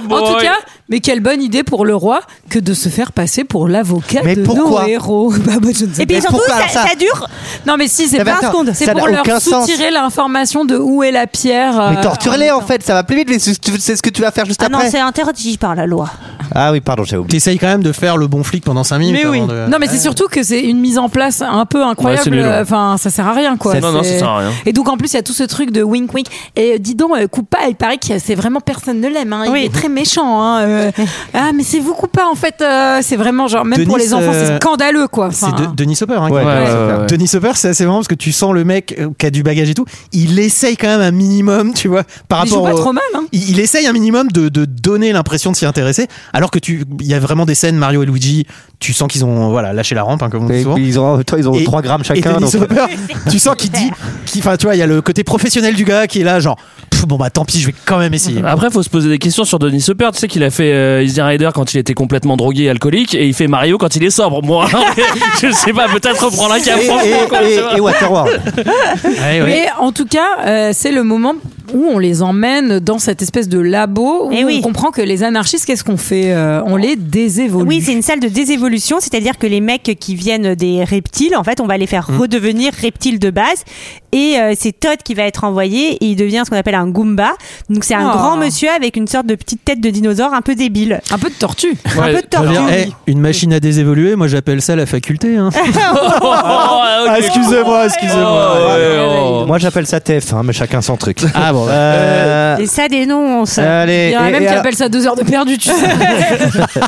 En tout boy. cas, mais quelle bonne idée pour le roi que de se faire passer pour l'avocat Mais de nos pourquoi héros. Bah, bah, je ne sais Et puis Mais surtout pourquoi, ça, alors ça- ça dure. Non mais si, c'est Ça va, 20 attends, secondes. ça C'est n'a pour leur aucun sens. soutirer l'information de où est la pierre. euh, Mais torture-les en fait, ça va plus vite, mais c'est c'est ce que tu vas faire juste Ah non, après. c'est interdit par la loi. Ah oui, pardon, j'ai oublié. T'essayes quand même de faire le bon flic pendant 5 minutes. avant de- Non mais c'est surtout que c'est une mise en place un peu Ouais, c'est incroyable. nul, ouais. Enfin, ça sert à rien quoi. Ça- non, non, ça sert à rien. Et donc en plus il y a tout ce truc de wink wink. Et euh, dis donc, euh, Koopa, il paraît que c'est vraiment personne ne l'aime. hein. Il Oui. est très méchant. hein. Euh, ah mais c'est vous Koopa en fait. euh, c'est vraiment genre même pour Denis, les enfants euh, c'est scandaleux quoi. C'est Enfin, de- Denis Hopper. Hein, qui- Ouais, Ouais, ouais, ouais, ouais. Denis Hopper, c'est assez marrant parce que tu sens le mec euh, qui a du bagage et tout. Il essaye quand même un minimum, tu vois, par il joue rapport. pas au- trop mal. Hein. il, il essaye un minimum de, de donner l'impression de s'y intéresser, alors que tu, il y a vraiment des scènes Mario et Luigi. Tu sens qu'ils ont, voilà, lâché la rampe, hein, comme on dit souvent. Ils ont, ils ont Et- 3 grammes Et chacun. Denis donc- euh. Hopper, tu sens qu'il dit, qu'il- enfin, tu vois, il y a le côté professionnel du gars qui est là, genre, Pff, bon bah tant pis, je vais quand même essayer. Après, faut se poser des questions sur Denis Hopper. Tu sais qu'il a fait euh, Easy Rider quand il était complètement drogué et alcoolique, et il fait Mario quand il est sobre. Moi, je sais pas, peut-être prendre un Et, café. franchement, quoi, et, tu vois. et, et Waterworld. Ouais, ouais. Mais en tout cas, euh, c'est le moment où on les emmène dans cette espèce de labo où Eh oui. on comprend que les anarchistes, qu'est-ce qu'on fait Euh, On les désévolue. Oui, c'est une salle de désévolution, c'est-à-dire que les mecs qui viennent des reptiles, en fait, on va les faire redevenir reptiles de base. Et euh, c'est Todd qui va être envoyé et il devient ce qu'on appelle un Goomba. Donc c'est un Oh. grand monsieur avec une sorte de petite tête de dinosaure un peu débile. un peu de tortue. Un Ouais. peu de Ah tortue. Alors, eh, une machine à désévoluer, moi j'appelle ça la faculté. hein. Oh, ok. Ah, excusez-moi, Oh, excusez-moi. ouais, oh. Moi j'appelle ça TF1, mais chacun son truc. Ah bon. Euh, Et ça dénonce. Euh, allez, Il y en a et- même et qui alors- appellent ça deux heures de perdu, tu sais.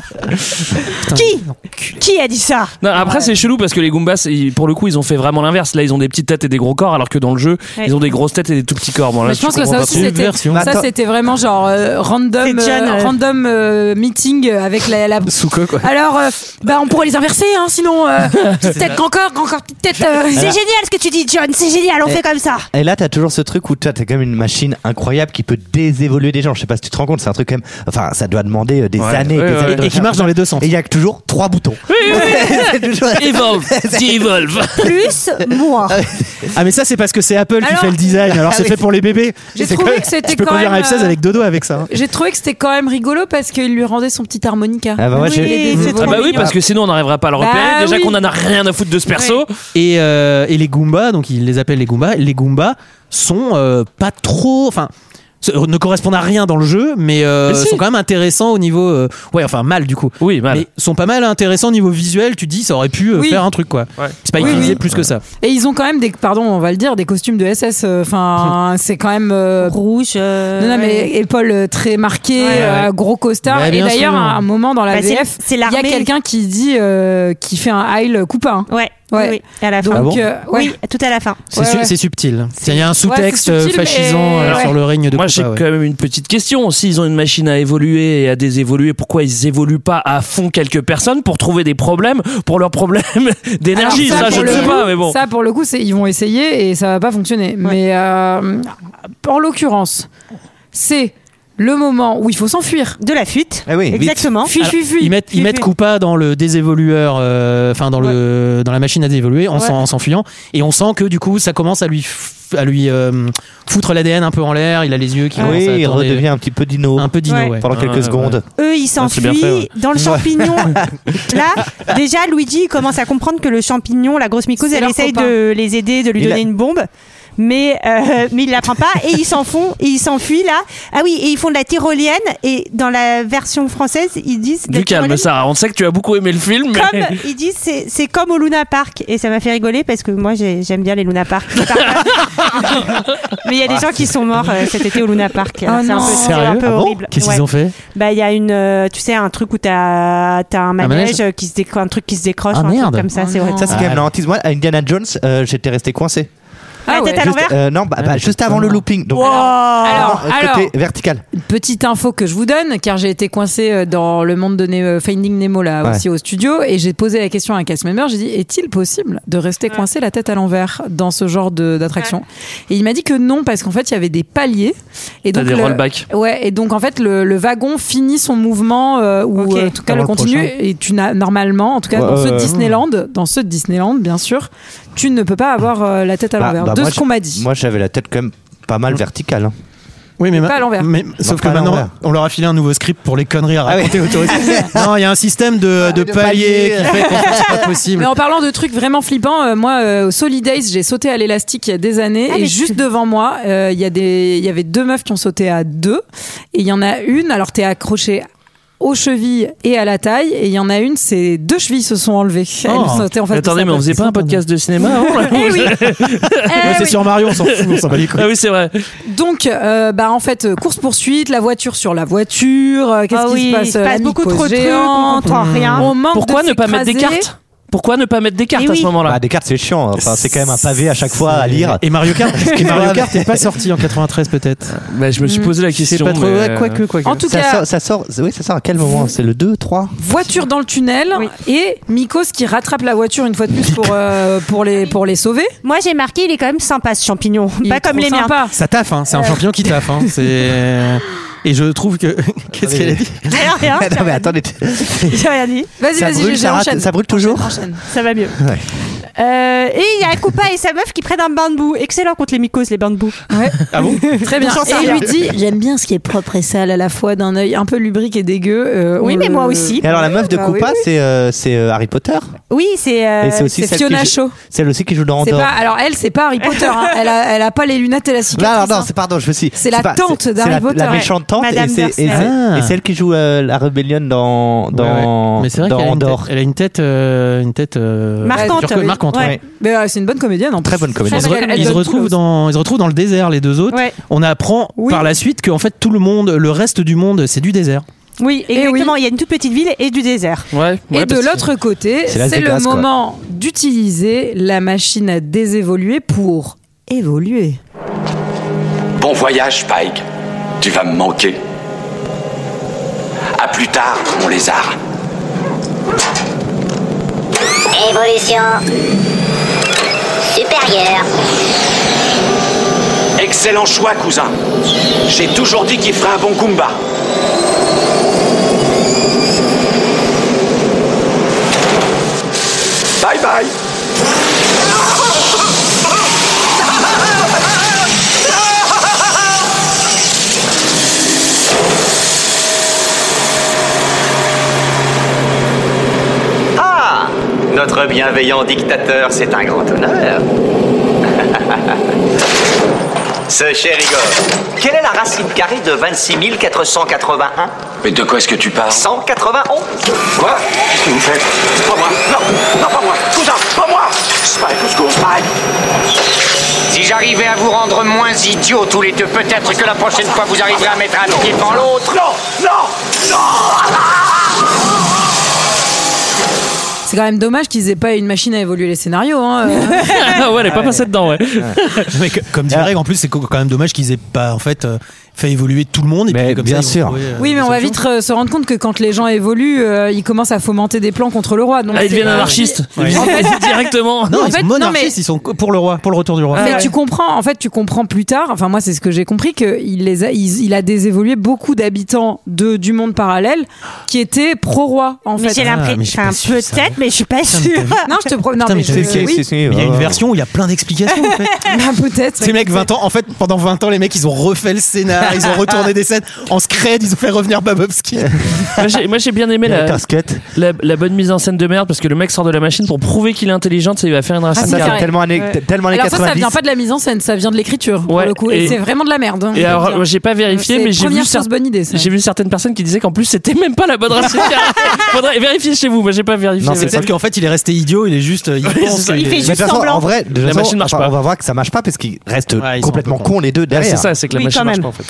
qui Qui a dit ça Non, après c'est chelou parce que les Goombas ils- pour le coup ils ont fait vraiment l'inverse là ils ont des petites têtes et des gros corps alors que dans le jeu Ouais. ils ont des grosses têtes et des tout petits corps bon, là, Mais je pense que comprends ça pas aussi c'était- version. ça, c'était vraiment genre euh, random, C'est John, euh, euh. random euh, meeting avec la. la- Souko, quoi. Alors, euh, bah, on pourrait les inverser, hein, sinon. euh, petite tête, grand corps, grand corps, petite tête. euh, C'est génial ce que tu dis, John. C'est génial. On Eh. fait comme ça. Et là, t'as toujours ce truc où t'as t'as quand même une machine incroyable qui peut désévoluer des gens. Je sais pas si tu te rends compte, c'est un truc quand même. Enfin, ça doit demander euh, des Ouais. années. et Ouais, des ouais, années ouais. de Et qui recherche. marche dans les deux sens. Et il y a toujours trois boutons. C'est toujours- Evolve, dis Evolve. Plus, moins. Ah mais ça c'est parce que c'est Apple qui Alors- fait le design. Alors Ah c'est oui. fait pour les bébés. J'ai C'est trouvé quand- que c'était Tu peux quand conduire un même, F16 euh, avec deux doigts avec ça. hein. J'ai trouvé que c'était quand même rigolo parce qu'il lui rendait son petit harmonica. Ah bah ouais, j'ai- Et des c'est étoiles. Ah bah oui, parce que sinon on n'arrivera pas à le Bah repérer. Déjà oui. qu'on en a rien à foutre de ce perso. Et, euh, et les Goombas, donc ils les appellent les Goombas, les Goombas sont euh, pas trop. Enfin, se- ne correspondent à rien dans le jeu, mais, euh, Mais si. sont quand même intéressants au niveau. euh, ouais, enfin, mal du coup. Oui, mal. Mais sont pas mal intéressants au niveau visuel, tu dis, ça aurait pu euh, Oui. faire un truc quoi. Ouais. C'est pas Oui, utilisé oui. plus que ça. Et ils ont quand même des, pardon, on va le dire, des costumes de SS. Enfin, c'est quand même. euh, Rouge. euh, non, non, ouais. mais épaules euh, très marquées, Ouais, ouais. euh, gros costard. Ouais, et bien d'ailleurs, sûr. à un moment dans la Bah, c'est- VF, c'est il y a l'armée. quelqu'un qui dit, euh, qui fait un heil coupin. Ouais. Ouais. Oui, oui, à la Donc, fin. euh, ouais. Oui, tout à la fin. C'est Ouais, su- ouais. c'est subtil. Il y a un sous-texte Ouais, c'est subtil, fascisant mais- euh, Ouais. sur le règne de Koopa, Moi, j'ai ouais. quand même une petite question. S'ils ont une machine à évoluer et à désévoluer, pourquoi ils évoluent pas à fond quelques personnes pour trouver des problèmes pour leurs problèmes d'énergie Alors Ça, je pour ne le sais coup- pas, mais bon. Ça, pour le coup, c'est, ils vont essayer et ça va pas fonctionner. Mais euh, en l'occurrence, c'est le moment où il faut s'enfuir. De la fuite. Eh Ah oui, vite. Exactement. Fuis, fuis, fuis. Ils mettent, ils Fuis, mettent fuis. Koopa dans le désévolueur, euh, enfin dans le dans la machine à dévoluer, en Ouais. s'en- en s'enfuyant, et on sent que du coup ça commence à lui f- à lui euh, foutre l'ADN un peu en l'air. Il a les yeux qui oui, commencent à il tourner redevient un petit peu dino un peu dino. Ouais. ouais. pendant Ouais, quelques ouais. secondes. Eux, ils Ah, c'est bien fait, ouais. s'enfuient dans le champignon. Là, déjà, Luigi il commence à comprendre que le champignon, la grosse mycose, C'est elle leur essaye copain. de les aider, de lui Il donner a- une bombe. Mais, euh, mais il l'apprend pas et ils s'en font et ils s'enfuient là. Ah oui, et ils font de la tyrolienne et dans la version française, ils disent. de la Du calme, tyrolienne Sarah. On sait que tu as beaucoup aimé le film, mais. Comme ils disent, c'est c'est comme au Luna Park et ça m'a fait rigoler parce que moi j'ai- j'aime bien les Luna Park. mais il y a des gens qui sont morts euh, cet été au Luna Park. C'est un peu, Oh non. c'est un Sérieux peu Ah bon horrible. Qu'est-ce Ouais. qu'ils ont fait Bah il y a une euh, tu sais un truc où t'as as un manège manège euh, qui se déco- un truc qui se décroche Ah, un truc merde. comme ça Oh c'est non. horrible. Ça, c'est quand Ah. même la hantise. Moi, à Indiana Jones, euh, j'étais resté coincé. Ah la ouais. tête à Juste- l'envers euh, non, bah, bah, Ouais, juste avant le Ah, putain. looping. Donc, Alors, euh, alors, côté vertical. petite info que je vous donne, car j'ai été coincée euh, dans le monde de Ne- euh, Finding Nemo là Ouais. aussi au studio, et j'ai posé la question à un cast member. J'ai dit est-il possible de rester coincé la tête à l'envers dans ce genre de- d'attraction Et il m'a dit que non parce qu'en fait il y avait des paliers et T'as donc des le- rollbacks. Ouais, et donc en fait le, le wagon finit son mouvement euh, ou Ok. euh, en tout cas le Avant le continue prochain. et tu n'as normalement en tout cas Ouais, dans ce euh, Disneyland, dans ce Disneyland bien sûr, tu ne peux pas avoir euh, la tête à Bah, l'envers bah, de moi, ce qu'on je- m'a dit. Moi, j'avais la tête quand même pas mal verticale. hein. Oui, mais, ma- pas à l'envers. mais- sauf que pas à maintenant, l'envers. Ah on leur a filé un nouveau script pour les conneries à raconter autour. non, il y a un système de, de, de paliers paliers. qui fait qu'on c'est pas possible. Mais en parlant de trucs vraiment flippants, euh, moi, euh, au Solidays, j'ai sauté à l'élastique il y a des années. Ah, et mais juste tu- devant moi, euh, il y, a des- il y avait deux meufs qui ont sauté à deux. Et il y en a une, alors t'es accroché aux chevilles et à la taille. Et il y en a une, c'est deux chevilles se sont enlevées. Elles Oh. ont sauté en face de Attendez, sa mais on place. faisait pas un podcast de cinéma hein, avant là Eh oui. Eh Ouais, c'est sur Mario, on s'en fout, on s'en bat les couilles. Ah oui, c'est vrai. Donc, euh, bah, en fait, course poursuite, la voiture sur la voiture. euh, Qu'est-ce Ah qui oui, se passe il se passe La beaucoup mycose trop de trucs on géante. Hmm. comprend rien. On manque Pourquoi de ne pas mettre des s'écraser. cartes Pourquoi ne pas mettre des cartes Eh à oui. ce Bah, moment-là des cartes, c'est chiant. Enfin, c'est quand même un pavé à chaque fois à lire. Et Mario Kart, et Mario Ouais, Kart mais- Ah, n'est pas sorti en 93 peut-être. Bah, Je me Mm. suis posé la C'est question. pas trop. mais, ouais, euh, Quoique, quoique. En tout Ça cas, sort, ça sort, oui, ça sort à quel moment C'est le 2, 3 voiture dans le tunnel Oui. et Mikos qui rattrape la voiture une fois de plus pour, euh, pour, les, pour les sauver. moi j'ai marqué il est quand même sympa ce champignon Il est pas comme trop les miens sympa. Ça taffe, hein. c'est Euh. un champion qui taffe. Hein. C'est- Et je trouve que. Qu'est-ce qu'elle a dit Bah, Rien, rien, Non, mais attendez. j'ai rien dit Vas-y, Ça vas-y, brûle, Gégé, ça rate- enchaîne. ça brûle toujours Enchaîne, enchaîne. ça va mieux Ouais. Euh, et il y a Koopa et sa meuf qui prennent un bain de boue excellent contre les mycoses les bains de boue Ah bon Très bien. On s'en Et sert il bien. lui dit J'aime bien ce qui est propre et sale à la fois d'un œil un peu lubrique et dégueu. euh, oui on mais le- moi aussi Et alors, la meuf de Bah Koopa, oui, c'est euh, c'est, euh, Harry Potter. oui c'est euh, Et c'est aussi C'est celle qui Fiona joue- Shaw. Celle aussi qui joue dans C'est Andorre. pas, alors elle, c'est pas Harry Potter. hein. Elle, a, elle a pas les lunettes et la cicatrice. Non, non, non, hein. c'est pardon, je me suis. C'est la pas- tante c'est- d'Harry c'est la- Potter. La méchante tante Madame et c'est et c'est- Dursley. et celle qui joue euh, la rébellion dans dans Mais c'est vrai dans qu'elle a une tête- Andorre. elle a une tête. euh, une tête euh, Marquante, genre que- oui. marquante, Ouais. ouais. Mais euh, c'est une bonne comédienne en Très plus. bonne comédienne. Ils se, re- Elle- elle ils donne se tout, là, retrouvent aussi. dans, ils se retrouvent dans le désert, les deux autres. Ouais. On apprend Oui. par la suite qu'en fait, tout le monde, le reste du monde, c'est du désert. oui exactement il y a une toute petite ville et du désert ouais, Et ouais, de parce que- l'autre côté, C'est Las c'est le Vegas, quoi. moment d'utiliser la machine à désévoluer pour évoluer. Bon voyage, Spike. Tu vas me manquer. À plus tard, mon lézard. Évolution supérieure. Excellent choix, cousin. J'ai toujours dit qu'il ferait un bon Goomba. Bye bye. Ah Notre bienveillant dictateur, c'est un grand honneur. Ce cher Igor, quelle est la racine carrée de 26 481 Mais de quoi est-ce que tu parles 191 Ah, Quoi Qu'est-ce que vous faites Pas moi Non Non, pas moi Cousin Pas moi Spike, au secours, Spike Si j'arrivais à vous rendre moins idiots tous les deux, peut-être que la prochaine fois vous arriverez à mettre un pied devant l'autre. Non Non Non C'est quand même dommage qu'ils aient pas une machine à évoluer les scénarios. Hein. euh. Ah ouais, elle est pas passée dedans, ouais. Ah, Mais que- comme dit Greg, en plus, c'est co- quand même dommage qu'ils aient pas en fait euh, fait évoluer tout le monde. Et Mais puis, comme bien ça, ils sûr. vont trouver, euh, Oui, mais des on va solutions. vite euh, se rendre compte que quand les gens évoluent, euh, ils commencent à fomenter des plans contre le roi. Donc Ah, ils c'est- deviennent anarchistes. Ouais. Ils- Directement. Non, en ils fait, sont non, mais- Ah, monarchistes, ils sont co- pour le roi, pour le retour du roi. Ah Mais tu comprends, en fait, tu comprends plus tard. Enfin, moi, c'est ce que j'ai compris que il les a, il, il a désévolué beaucoup d'habitants de du monde parallèle qui étaient pro roi en Mais fait. j'ai Ah, mais l'impression. je suis pas sûr, peut-être, mais je suis pas Putain, mais sûre. t'as Non, je te pro... non, Putain, mais mais c'est- je- c'est- oui, Mais il y a une version où il y a plein d'explications. en fait. bah, peut-être. Ces mecs, 20 ans, en fait, pendant 20 ans, les mecs, ils ont refait le scénar, ils ont retourné des scènes en scred, ils ont fait revenir Babowski. Moi, j'ai- Moi j'ai bien aimé la, casquette. la, la bonne mise en scène de merde parce que le mec sort de la machine pour prouver qu'il est intelligent, ça, il va faire une racine Ah, c'est carrée. vrai. Tellement années, Ouais. tellement années Alors ça, ça 90. vient pas de la mise en scène, ça vient de l'écriture pour Ouais, le coup. Et, et- c'est vraiment de la merde. hein, je Et veux alors, dire. j'ai pas vérifié, C'est mais j'ai vu, première cer- chose bonne idée. ça. j'ai vu certaines personnes qui disaient qu'en plus c'était même pas la bonne racine carrée. Faudrait vérifier chez vous, moi j'ai pas vérifié. Non, c'est Peut-être qu'en fait, il est resté idiot, il est juste. Il pense ça, qu'il il fait est- Mais de toute façon, semblant. en vrai, de toute La façon, machine marche enfin, pas. On va voir que ça marche pas parce qu'ils restent Ouais, ils sont complètement un peu cons. cons les deux Ah, derrière. c'est ça, c'est que la Oui, machine quand marche même. pas en fait.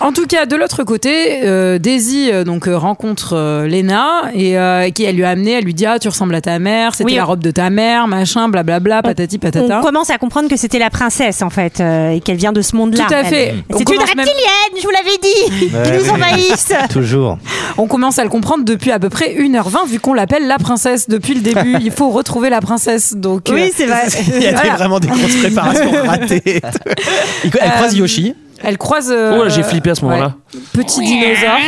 En tout cas, de l'autre côté, euh, Daisy euh, donc euh, rencontre euh, Lena et euh, qui elle lui a amené, elle lui dit ah tu ressembles à ta mère, c'était Oui, la on- robe de ta mère, machin, blablabla, patati patata. On commence à comprendre que c'était la princesse en fait euh, et qu'elle vient de ce monde-là. Tout à elle. fait. On C'est une commence reptilienne, même- je vous l'avais dit, Ouais, qui oui. nous envahissent. Ah Toujours. On commence à le comprendre depuis à peu près 1h20 vu qu'on l'appelle la princesse depuis le début. Il faut retrouver la princesse. Donc euh, Oui, c'est vrai. Il y a des- Voilà. vraiment des grosses préparations ratées. Il- Elle croise Euh, Yoshi. elle croise. euh, Oh là, j'ai flippé à ce moment-là. ouais, Petit dinosaure.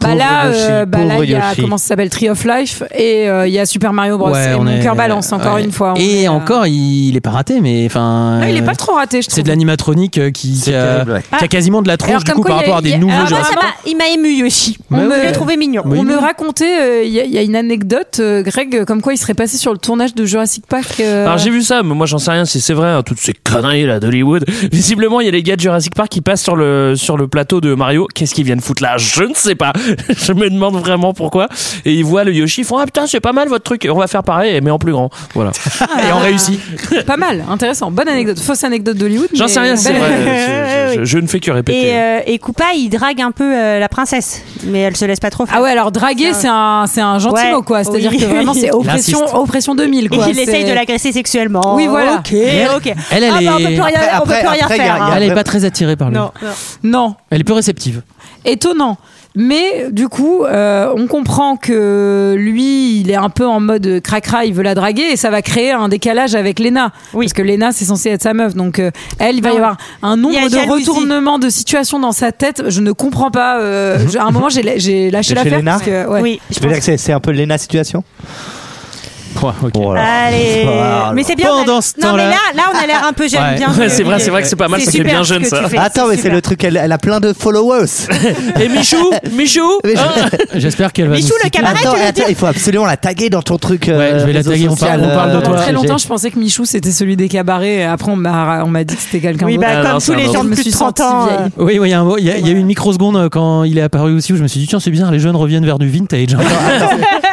Bah Pauvre là, euh, Yoshi, bah là, pauvre il y a Yoshi. comment ça s'appelle Tree of Life et euh, il y a Super Mario Bros. et on mon est- cœur balance encore ouais. une fois. On Et est, euh, encore, il, il est pas raté, mais enfin. Ah, il est euh, pas trop raté, je trouve. C'est de l'animatronique euh, qui, qui a, terrible, ouais. qui a quasiment de la tronche Alors, du comme coup quoi, par il y a- rapport à il y des a- nouveaux Ah, jeux. bah, Moi, ça m'a- il m'a ému Yoshi. On Je me, l'ai trouvé mignon. Bah, on Oui. me racontait, euh, il y, a- il y a une anecdote, euh, Greg, comme quoi il serait passé sur le tournage de Jurassic Park. euh, Alors j'ai vu ça, mais moi j'en sais rien si c'est vrai, hein, toutes ces conneries là d'Hollywood. Visiblement, il y a les gars de Jurassic Park qui passent sur le, sur le plateau de Mario. Qu'est-ce qu'ils viennent foutre là Je ne sais pas. Je me demande vraiment pourquoi. Et ils voient le Yoshi, ils font Ah putain, c'est pas mal votre truc, on va faire pareil, mais en plus grand. Voilà. Ah. Et on réussit. Pas mal, intéressant, bonne anecdote, fausse anecdote d'Hollywood. J'en mais- sais rien, c'est vrai. Ouais, Je, je- je ne fais que répéter. Et, euh, et Koopa, il drague un peu euh, la princesse, mais elle se laisse pas trop faire. Ah ouais, alors draguer, c'est un, c'est un gentil Ouais. mot, quoi. C'est-à-dire Oui. que vraiment, c'est oppression, insiste. oppression 2000, quoi. Et il C'est- essaye de l'agresser sexuellement. Oui, voilà. Ok, elle- ok. elle, elle ah bah, on est- peut plus rien, Après- on peut plus après- rien après, il y a- faire. il y a- hein. Elle est pas très attirée par lui. Non, non. Non, Elle est peu réceptive. étonnant. Mais du coup, euh, on comprend que lui, il est un peu en mode cracra, il veut la draguer et ça va créer un décalage avec Lena. Oui. Parce que Lena, c'est censé être sa meuf. Donc, euh, elle, il va y Non. avoir un Il y nombre a de jalousie. retournements de situation dans sa tête. Je ne comprends pas. euh, je- à un moment, j'ai la- j'ai lâché Chez l'affaire. Lena parce que, ouais. Oui, je Je veux pense- dire que c'est- c'est un peu Lena situation Oh là là. Allez, Voilà. mais c'est bien. Pendant on a- ce non, mais temps-là- là, là, on a l'air un peu jeune. Ouais. Bien Ouais, que- c'est vrai, c'est vrai que c'est pas mal, ça fait super bien ce jeune, que ça. tu fais, Attends, c'est mais c'est super. Oh, le truc, elle, elle a plein de followers. Et, Michou Michou Mais je- Ah J'espère qu'elle va. Michou, le cabaret, attends, tu veux attends, dire il faut absolument la taguer dans ton truc. euh, Ouais, je vais la réseau taguer, on parle- social, on parle de euh, Pendant toi. très j'ai- longtemps, je pensais que Michou, c'était celui des cabarets. Et après, on m'a on m'a dit que c'était quelqu'un Oui, d'autre. bah, Ah, non, comme c'est tous un les autre. gens de Je me plus de suis 30 sentie ans. euh, vieille. Oui, oui, il y a un mot- il y, a- il y a eu une microseconde euh, quand il est apparu aussi où je me suis dit tiens c'est bizarre les jeunes reviennent vers du vintage.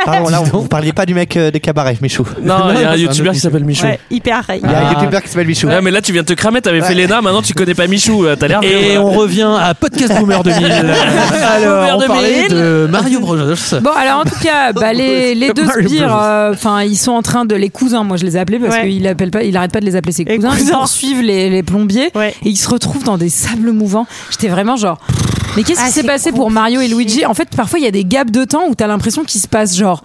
Pardon, là, vous parliez pas du mec euh, des cabarets, Michou. Non, il y a un youtubeur qui s'appelle Michou. Ouais, hyper. Il y Ah. a un youtubeur qui s'appelle Michou. Ouais, mais là, tu viens de te cramer, t'avais fait Lena, maintenant tu connais pas Michou. euh, T'as l'air Et on revient à Podcast Boomer 2000. Alors, on Boomer parlait 2000. de Mario Bros. Bon, alors en tout cas, bah, les, les deux Mario sbires, Bros. euh, enfin, ils sont en train de les cousins. Moi, je les ai appelés parce Ouais. qu'il appelle pas, il arrête pas de les appeler ses Les cousins. Ils cousins. poursuivent les, les plombiers et ils se retrouvent dans des sables mouvants. J'étais vraiment genre. Mais qu'est-ce Ah, qui s'est c'est passé pour Mario et Luigi En fait, parfois, il y a des gaps de temps où t'as l'impression qu'il se passe genre.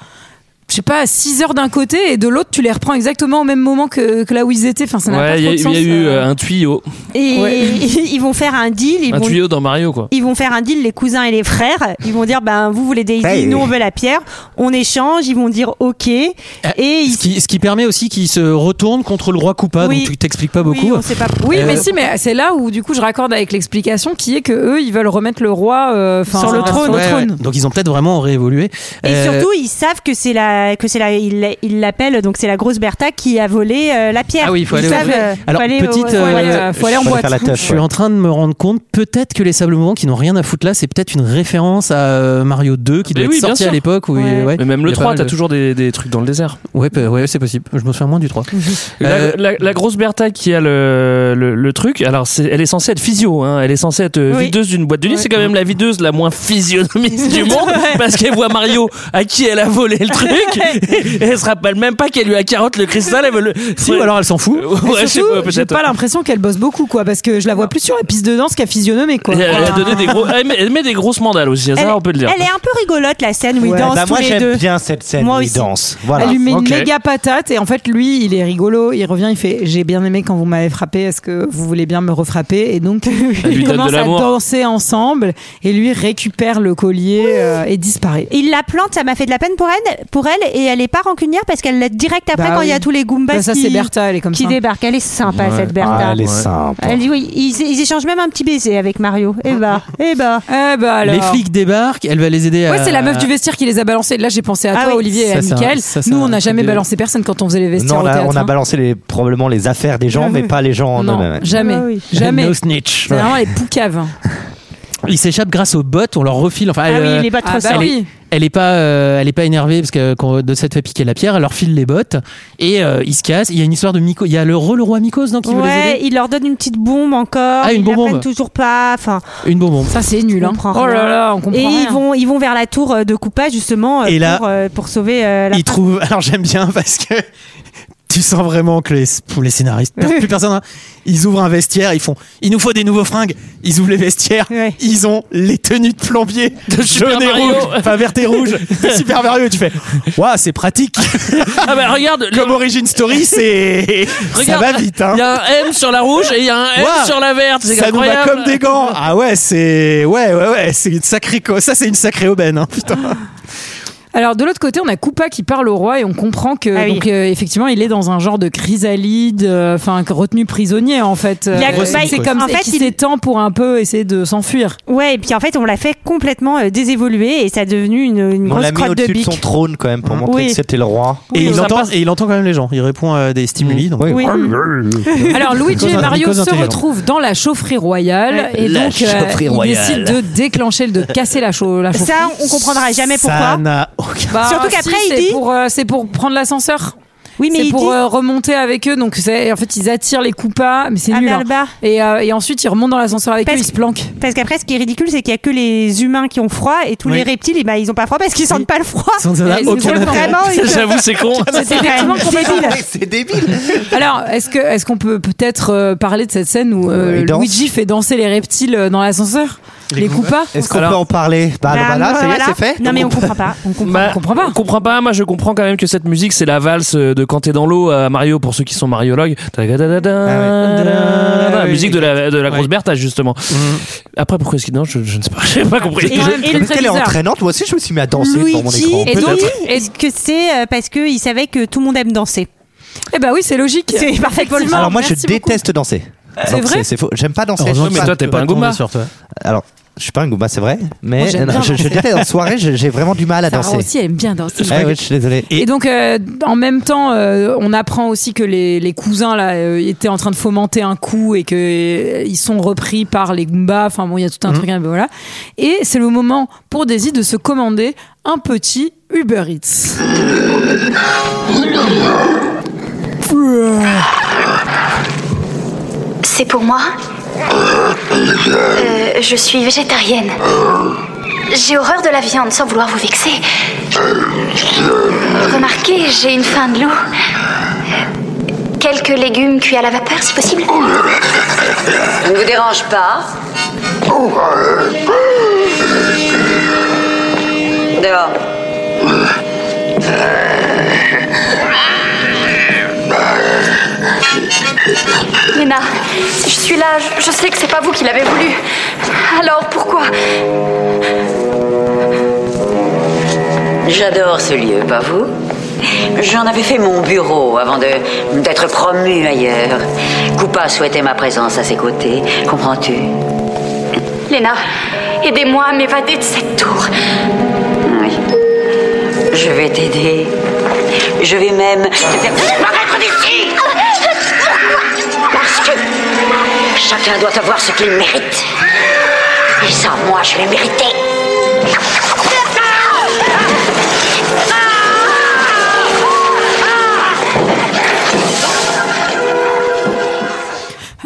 Je sais pas, 6 heures d'un côté et de l'autre, tu les reprends exactement au même moment que, que là où ils étaient. Enfin, ça n'a pas Ouais, il y trop a- de il sens. y, a eu euh. euh, un tuyau. Et ils vont faire un deal. Ils Un vont, tuyau dans Mario, quoi. ils vont faire un deal, les cousins et les frères. Ils vont dire, ben, vous voulez Daisy, Hey. nous on veut la pierre. On échange. Ils vont dire, ok. Eh, Et ils Ce qui, ce qui permet aussi qu'il se retourne contre le roi Koopa, Oui. donc tu t'expliques pas beaucoup. Oui, hein. on sait pas. Oui, Eh, Euh, mais si, mais c'est là où du coup je raccorde avec l'explication qui est que eux ils veulent remettre le roi euh, enfin, Sur le trône. Ah, Ouais, ouais. Donc ils ont peut-être vraiment réévolué. Et Euh, surtout, ils savent que c'est la, que c'est la, ils ils l'appellent, donc c'est la grosse Bertha qui a volé euh, la pierre. Ah oui, il faut Ils aller. savent, euh, faut Alors aller au- petite, faut aller, euh, faut aller en je- boîte. la teuf, Je suis ouais. en train de me rendre compte, peut-être que les sables mouvants qui n'ont rien à foutre là, c'est peut-être une référence à euh, Mario 2 qui Bah Mais devait oui, être bien sorti à sûr. l'époque. où il- Ouais. ouais, Mais même il le y a pas 3, mal t'as de- toujours des, des trucs dans le désert. Ouais, peut- ouais, c'est possible. Je me souviens moins du 3. Mhm. Euh, La, la- la grosse Bertha qui a le, le, le truc, alors c'est- elle est censée être physio, hein, elle est censée être euh, Oui. videuse d'une boîte de nuit, Ouais. c'est quand même la videuse la moins physionomiste du monde parce qu'elle voit Mario à qui elle a volé le truc et elle se rappelle même pas qu'elle lui a carotte le cristal, elle veut le... Euh, Si, ou alors Ah, elle s'en fout. Ouais, je sais pas, J'ai peut-être. pas l'impression qu'elle bosse beaucoup quoi parce que je la vois plus sur la piste de danse qu'à physionomée quoi. Elle, elle a donné des gros- elle met, elle met des grosses mandales aussi, Elle- ça on peut le dire. Elle est un peu rigolote la scène où ils Ouais, dansent bah, moi tous les deux. j'aime bien cette scène Moi où il aussi. danse. Voilà. Elle lui met Ok. une méga patate et en fait lui il est rigolo, il revient, il fait j'ai bien aimé quand vous m'avez frappé, est-ce que vous voulez bien me refrapper Et donc Elle lui ils donne de commencent à l'amour. danser ensemble et lui récupère le collier euh, et disparaît. Il la plante, ça m'a fait de la peine pour elle, pour elle et elle est pas rancunière parce qu'elle l'aide direct après Bah quand il y oui. a tous les Goombas Bah, ça qui, c'est Bertha, elle est comme qui ça. débarquent. Elle est sympa cette Bertha. Ah, elle est elle, simple. dit oui, ils, ils échangent même un petit baiser avec Mario. Eh bah, eh bah. Eh bah alors. Les flics débarquent, elle va les aider à. Ouais, c'est la meuf du vestiaire qui les a balancés. Là, j'ai pensé à Ah toi, oui. Olivier et Ça, à c'est un- Michael. ça, c'est Nous, un on n'a truc jamais de- balancé personne quand on faisait les Non, vestiaires on au a, théâtre. on a hein. balancé les, probablement les affaires des gens, mais pas les gens en Non, eux-mêmes. jamais, Ah oui. jamais. No snitch. C'est vraiment les poucaves. hein. Ils s'échapperent grâce aux bottes, on leur refile. Enfin, Ah elle, oui, euh, les bottes Ah bah ressortent. oui. elle est pas, euh, elle est pas énervée parce que qu'on- de cette fait piquer la pierre. Elle leur file les bottes et euh, ils se cassent. Il y a une histoire de Myco. Il y a le releroy Mycos donc qui veut les Ouais, aider. il leur donne une petite bombe encore. Ah, une ils bonbombe. l'apprennent toujours pas. Enfin, Une bonbombe. Ça, c'est nul. On Hein. comprend Oh rien. là là, on comprend et rien. ils vont, ils vont vers la tour euh, de Koopa justement euh, Et là, pour, euh, pour sauver euh, la. Il trouve. Alors j'aime bien parce que tu sens vraiment que les, pour les scénaristes, per- plus personne. hein. Ils ouvrent un vestiaire, ils font. Il nous faut des nouveaux fringues. Ils ouvrent les vestiaires. Ouais. Ils ont les tenues de plombier de Super jaune et Mario. rouge, enfin vert et rouge. de Super Mario. Et tu fais. Waouh, c'est pratique. Ah bah regarde, le- Comme Origin Story, c'est. Ça regarde, va vite. Hein. Il y a un M sur la rouge et il y a un M Ouah, sur la verte, c'est Ça nous va incroyable. comme des gants. Ah ouais, c'est ouais ouais ouais, c'est une sacrée co- ça c'est une sacrée aubaine hein, putain. Alors de l'autre côté, on a Koopa qui parle au roi et on comprend que Ah oui. donc euh, effectivement, il est dans un genre de chrysalide, euh, enfin que- retenu prisonnier en fait. y a- Euh, bah, c'est il- comme en et fait, qui il- s'étend pour un peu essayer de s'enfuir. Ouais, et puis en fait, on l'a fait complètement euh, désévoluer et ça a devenu une, une Mais on grosse l'a mis crotte de au-dessus de bique. son trône quand même pour montrer Oui. que c'était le roi. Et il ça entend passe. Mm. et il entend quand même les gens, il répond à des stimuli donc Oui. Alors Luigi Nicolas- et Mario Nicolas se intelligent. retrouvent dans la chaufferie royale et La donc euh, chaufferie ils royale. décident de déclencher, de casser la, chau- la chaufferie. Ça, on comprendra jamais Ça pourquoi. n'a aucun Bah, Surtout si, qu'après, il c'est dit- pour, euh, c'est pour prendre l'ascenseur. Oui, mais c'est il pour dit. euh, remonter avec eux, donc c'est- en fait ils attirent les coupas, mais c'est Ah, nul. mais hein. Alba. Et, euh, et ensuite ils remontent dans l'ascenseur avec Parce eux, ils se planquent. Parce qu'après, ce qui est ridicule, c'est qu'il y a que les humains qui ont froid et tous Oui. les reptiles, eh ben, ils ont pas froid parce qu'ils sentent pas le froid. ça n'a Mais aucun c'est intérêt. vraiment- Vraiment, ils- J'avoue, c'est con. Ah, bah, C'est effectivement complètement- C'est débile. Alors, est-ce que est-ce qu'on peut peut-être euh, parler de cette scène où euh, Euh, il danse. Luigi fait danser les reptiles euh, dans l'ascenseur, les, coupas Est-ce qu'on Alors- peut en parler Bah, Bah, bah là, ça y est, voilà. c'est fait. Non, mais on comprend pas. On comprend Bah, on comprend pas. On comprend pas. Moi, je comprends quand même que cette musique, c'est la valse de Quand t'es dans l'eau à Mario, pour ceux qui sont mariologues. Ah ouais. Mm. La musique de la, de la grosse Ouais. Bertha, justement. Après, pourquoi est-ce qu'il danse je, je ne sais pas. J'ai pas compris. Et- Je- et Comme le- très qu'elle est bizarre. entraînante, moi aussi je me suis mis à danser devant mon Luigi écran. Et donc, dit est-ce que c'est euh, parce qu'ils savaient que tout le monde aime danser. eh ben oui, c'est logique. C'est parfait pour le Effectivement. Alors moi je Merci beaucoup. déteste danser. C'est Donc, vrai C'est faux. J'aime pas danser. Heureusement J'aime que mais pas- toi, t'es pas un gourmand. sur toi. Alors Je suis pas un goomba, c'est vrai. Mais Moi, j'aime non, bien je, je danser. déteste en soirée, je- j'ai vraiment du mal à Sarah danser. aussi, elle aime bien danser. Ah ouais, je suis désolé. Et, donc, euh, en même temps, euh, on apprend aussi que les, les cousins là euh, étaient en train de fomenter un coup et que euh, ils sont repris par les Goombas. Enfin bon, il y a tout un Mhm. truc. hein, ben voilà. Et c'est le moment pour Daisy de se commander un petit Uber Eats. C'est pour moi Euh, Je suis végétarienne. J'ai horreur de la viande, sans vouloir vous vexer. Remarquez, j'ai une faim de loup. Quelques légumes cuits à la vapeur, si possible. Ça ne vous dérange pas Dehors. Nena, je suis là, je, je sais que c'est pas vous qui l'avez voulu. Alors pourquoi J'adore ce lieu, pas vous J'en avais fait mon bureau avant de d'être promu ailleurs. Coupa souhaitait ma présence à ses côtés, comprends-tu Léna, aidez-moi à m'évader de cette tour. Oui. Je vais t'aider. Je vais même. M'arrête d'ici Parce que chacun doit avoir ce qu'il mérite. Et ça, moi, je l'ai mérité.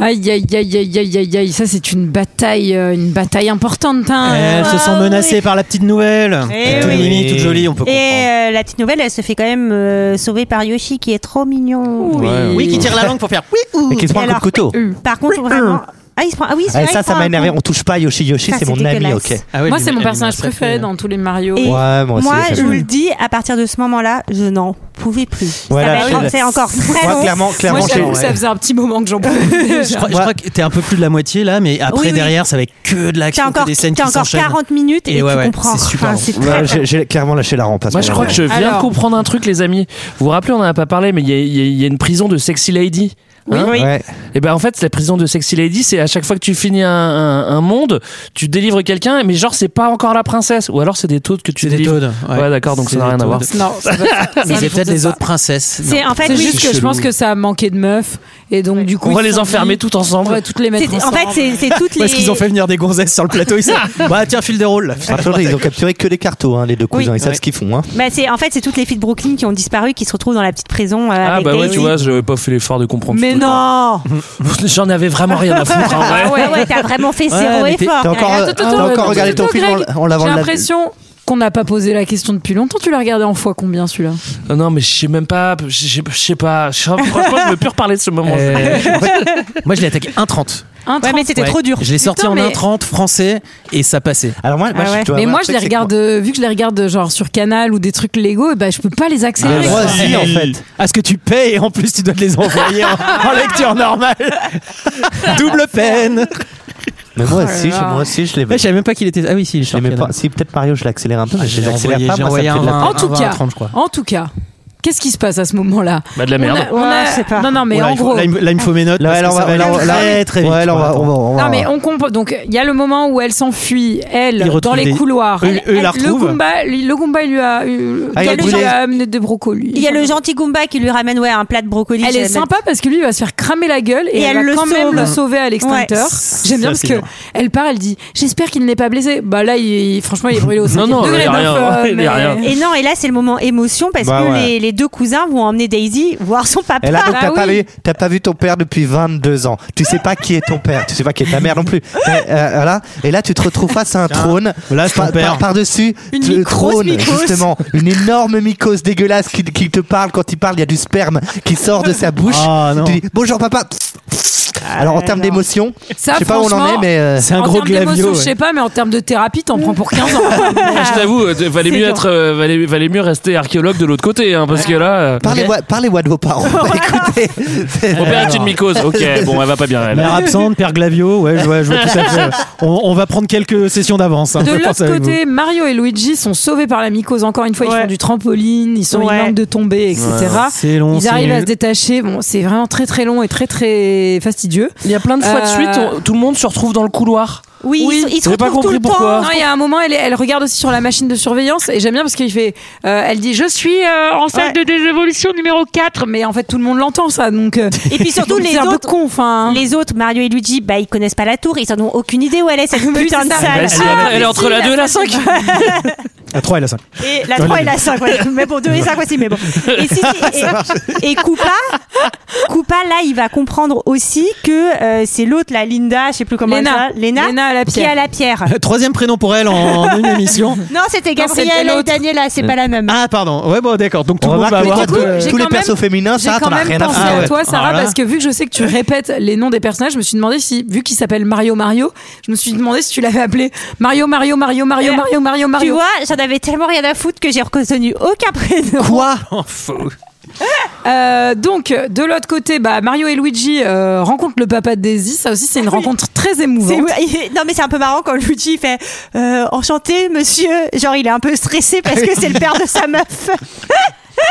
Aïe aïe aïe aïe aïe aïe aïe. Ça c'est une bataille, euh, une bataille importante. hein. Eh, Elles se sont menacées par la petite nouvelle. Ah, Eh toute oui. mimi, toute jolie, on peut. Et euh, la petite nouvelle, elle se fait quand même euh, sauver par Yoshi qui est trop mignon. Oui. Ouais, oui, qui tire la langue pour faire oui ou. Et qui se prend un coup de couteau. euh, Par contre, vraiment. Ah, il se prend. Ah oui, c'est Eh, vrai, ça, ça il prend m'a un énervé. coup. On touche pas à Yoshi Yoshi, Ça, c'est c'est mon ami, dégueulasse. ok. Ah moi c'est mon personnage préféré dans tous les Mario. Et Ouais, moi aussi, je j'avoue. vous le dis, à partir de ce moment-là, je n'en pouvais plus. Ouais, ça là, va je- être- c'est encore très Moi, long. clairement, clairement, Moi, j'avoue j'ai- que ça faisait un petit moment que j'en pouvais. Je crois, je crois que t'es un peu plus de la moitié là, mais après Oui, oui. derrière, ça va être que de l'action, T'as que encore- des scènes qui t'as encore s'enchaînent. 40 minutes et ouais, tu ouais, comprends. C'est super. Enfin, long. c'est Ouais, j'ai- J'ai clairement lâché la rampe. à ce Moi, je crois moment-là. que je viens de Alors. comprendre un truc, les amis. Vous vous rappelez, on n'en a pas parlé, mais il y, a- il y a- il y a une prison de sexy lady. Hein Oui. Ouais. Et ben en fait, la prison de sexy lady, c'est à chaque fois que tu finis un, un- un monde, tu délivres quelqu'un, mais genre c'est pas encore la princesse, ou alors c'est des taudes que tu délivres. Toad, ouais, d'accord, donc C'est ça n'a des rien à voir. Toads. Non, ça doit- Mais c'est peut-être les autres princesses. C'est Non. en fait C'est juste que je pense que ça a manqué de meufs et donc du coup On va ils les se sont enfermer dit, toutes ensemble. On va toutes les mettre C'est- en ensemble. fait, c'est- c'est toutes Parce qu'ils ont fait venir des gonzesses sur le plateau. Ils sont... bah tiens, file des rôles. là. Par contre, ils ont capturé que les cartos, hein, les deux cousins. Oui. Ils savent Ouais. ce qu'ils font. Hein. Bah, c'est en fait c'est toutes les filles de Brooklyn qui ont disparu qui se retrouvent dans la petite prison euh, Ah avec bah ouais, Daisy. tu vois, j'avais pas fait l'effort de comprendre. Mais non J'en avais vraiment rien à foutre. hein, Ah ouais. ouais, ouais, t'as vraiment fait Ouais, zéro mais t'es- effort. t'as encore- euh, Greg. t'as Attends, attends, encore attends, regardé attends, ton film Greg, en- en l'avant J'ai de la- l'impression qu'on n'a pas posé la question depuis longtemps. Tu l'as regardé en fois combien celui-là Ah Non, mais je sais même pas, je sais je sais pas. Je- Franchement, je veux plus reparler de ce moment. Euh, en fait, moi, je l'ai attaqué 1,30. Ouais, mais c'était trop dur. Je l'ai sorti Putain, en mais- 1,30 français et ça passait. Alors moi, Ah ouais. Mais moi, je les regarde, euh, vu que je les regarde genre sur Canal ou des trucs Lego, et ben, je peux pas les accélérer. Ah, quoi. si, en fait. À ce que tu payes et en plus tu dois te les envoyer en, en lecture normale. Double peine. Mais moi Oh là aussi, je, là. moi aussi, je les Ouais, je savais même pas qu'il était. Ah oui, si, je les mets pas. Si, peut-être Mario, je l'accélère un peu, mais Ah, je je les l'ai accélère envoyé, pas. Moi, j'ai ça me envoyé fait de la un- peine. En tout cas, 20, je crois. en tout cas, qu'est-ce qui se passe à ce moment-là Bah de la merde. On a, on a- Non, non, mais Oh là, en il faut- gros. Là, il me- là, il me faut mes notes. Là, parce là, que on ça va- va là, aller on- là- très, très vite. ouais, là, on va- Attends. on va- on Non mais on comprend. Donc il y a le moment où elle s'enfuit, elle, Ils dans retrouvent les des- couloirs. Eux- Elle- eux la elle- le retrouvent Goomba, le Goomba il lui a, euh, Ah, il il a a brûlé. amené des brocolis. Il y a le gentil Goomba qui lui ramène ouais un plat de brocoli. Elle est sympa parce que lui il va se faire cramer la gueule et, Et elle, elle va le quand même sauve. le sauver à l'extincteur. Ouais. J'aime bien parce Ça, c'est que bien. elle part, elle dit j'espère qu'il n'est pas blessé. Bah là il, franchement il est brûlé au Non, cinquième non, degré, il y a meuf, rien. euh, Il y a mais- rien. Et non, et là c'est le moment émotion parce Bah que ouais. les, les deux cousins vont emmener Daisy voir son papa. Bah Et là, donc, t'as pas, vu- t'as pas vu ton père depuis 22 ans. Tu sais pas qui est ton père. Tu sais pas qui est ta mère non plus. Mais, euh, voilà. Et là, tu te retrouves face à un trône. Voilà, c'est ton Par- père. par- Par-dessus, Une le mycose, trône, mycose. justement. Une énorme mycose dégueulasse qui, qui te parle. Quand il parle, il y a du sperme qui sort de sa bouche. Ah, non. Tu dis bonjour papa. Alors, en Ah termes d'émotion, je Ça, sais pas où on en est, franchement, mais. euh, en termes d'émotion, Je sais pas, mais en termes de thérapie, t'en prends pour 15 ans. Je t'avoue, euh, valait mieux être, euh, valait, valait mieux rester archéologue de l'autre côté, hein, parce que là. euh, Parlez-moi parlez-moi de vos parents. Écoutez. c'est- Mon père est une mycose. Ok, bon, elle va pas bien. Elle. Mère absente, père Glavio, ouais, je vois, je vois tout à fait. On, on va prendre quelques sessions d'avance. hein, De je pense l'autre avec vous. côté, Mario et Luigi sont sauvés par la mycose. Encore une fois, ils font du trampoline, ils sont ils Ouais. manquent de tomber, etc. Ouais. C'est long, ils c'est arrivent à nul. se détacher. Bon, c'est vraiment très très long et très très fastidieux. Euh, Il y a plein de fois de suite, on- tout le monde se retrouve dans le couloir. Oui, ils se- ils se J'ai pas retrouvent tout compris le temps. pourquoi. Non, il y a un moment, elle, est- elle regarde aussi sur la machine de surveillance et j'aime bien parce qu'il fait. euh, elle dit Je suis euh, en salle de désévolution numéro 4, mais en fait tout le monde l'entend ça. Donc, euh, Et puis surtout, les autres, hein. les autres, Mario et Luigi, bah, ils connaissent pas la tour, ils n'en ont aucune idée où elle est, cette putain de ça. Bah, salle. Ah, Elle est- elle est entre la deux et la cinq. La 3 euh, et la 5. Et la 3 et la 5, ouais. mais bon, 2 et 5 aussi, mais bon. Et, si, si, et- et, Koopa, Koopa, là, il va comprendre aussi que euh, c'est l'autre, la Linda, je sais plus comment Lena. elle s'appelle, Lena, Lena à la qui pierre. a la pierre. Euh, Troisième prénom pour elle en une émission. Non, Non, c'était c'était Gabriel et l'autre. Daniela, c'est pas la même. hein. Ah, pardon. Ouais, bon, d'accord. Donc tout le monde va remarque avoir que du coup, euh, j'ai J'ai quand même- J'ai quand t'en as même rien à pensé foutre. à, Ah ouais. toi, Sarah, Alors là. parce que vu que je sais que tu répètes les noms des personnages, je me suis demandé si, vu qu'il s'appelle Mario Mario, je me suis demandé si tu l'avais appelé Mario Mario Mario Mario Et- Mario Mario Tu Ah, Mario. vois, j'en avais tellement rien à foutre que j'ai reconnu aucun prénom. Quoi Euh, donc, de l'autre côté, bah, Mario et Luigi euh, rencontrent le papa de Daisy. Ça aussi, c'est une rencontre très Ah C'est- émouvante. Non mais c'est un peu marrant quand Luigi fait euh, enchanté monsieur genre il est un peu stressé Ah parce que c'est le père de sa meuf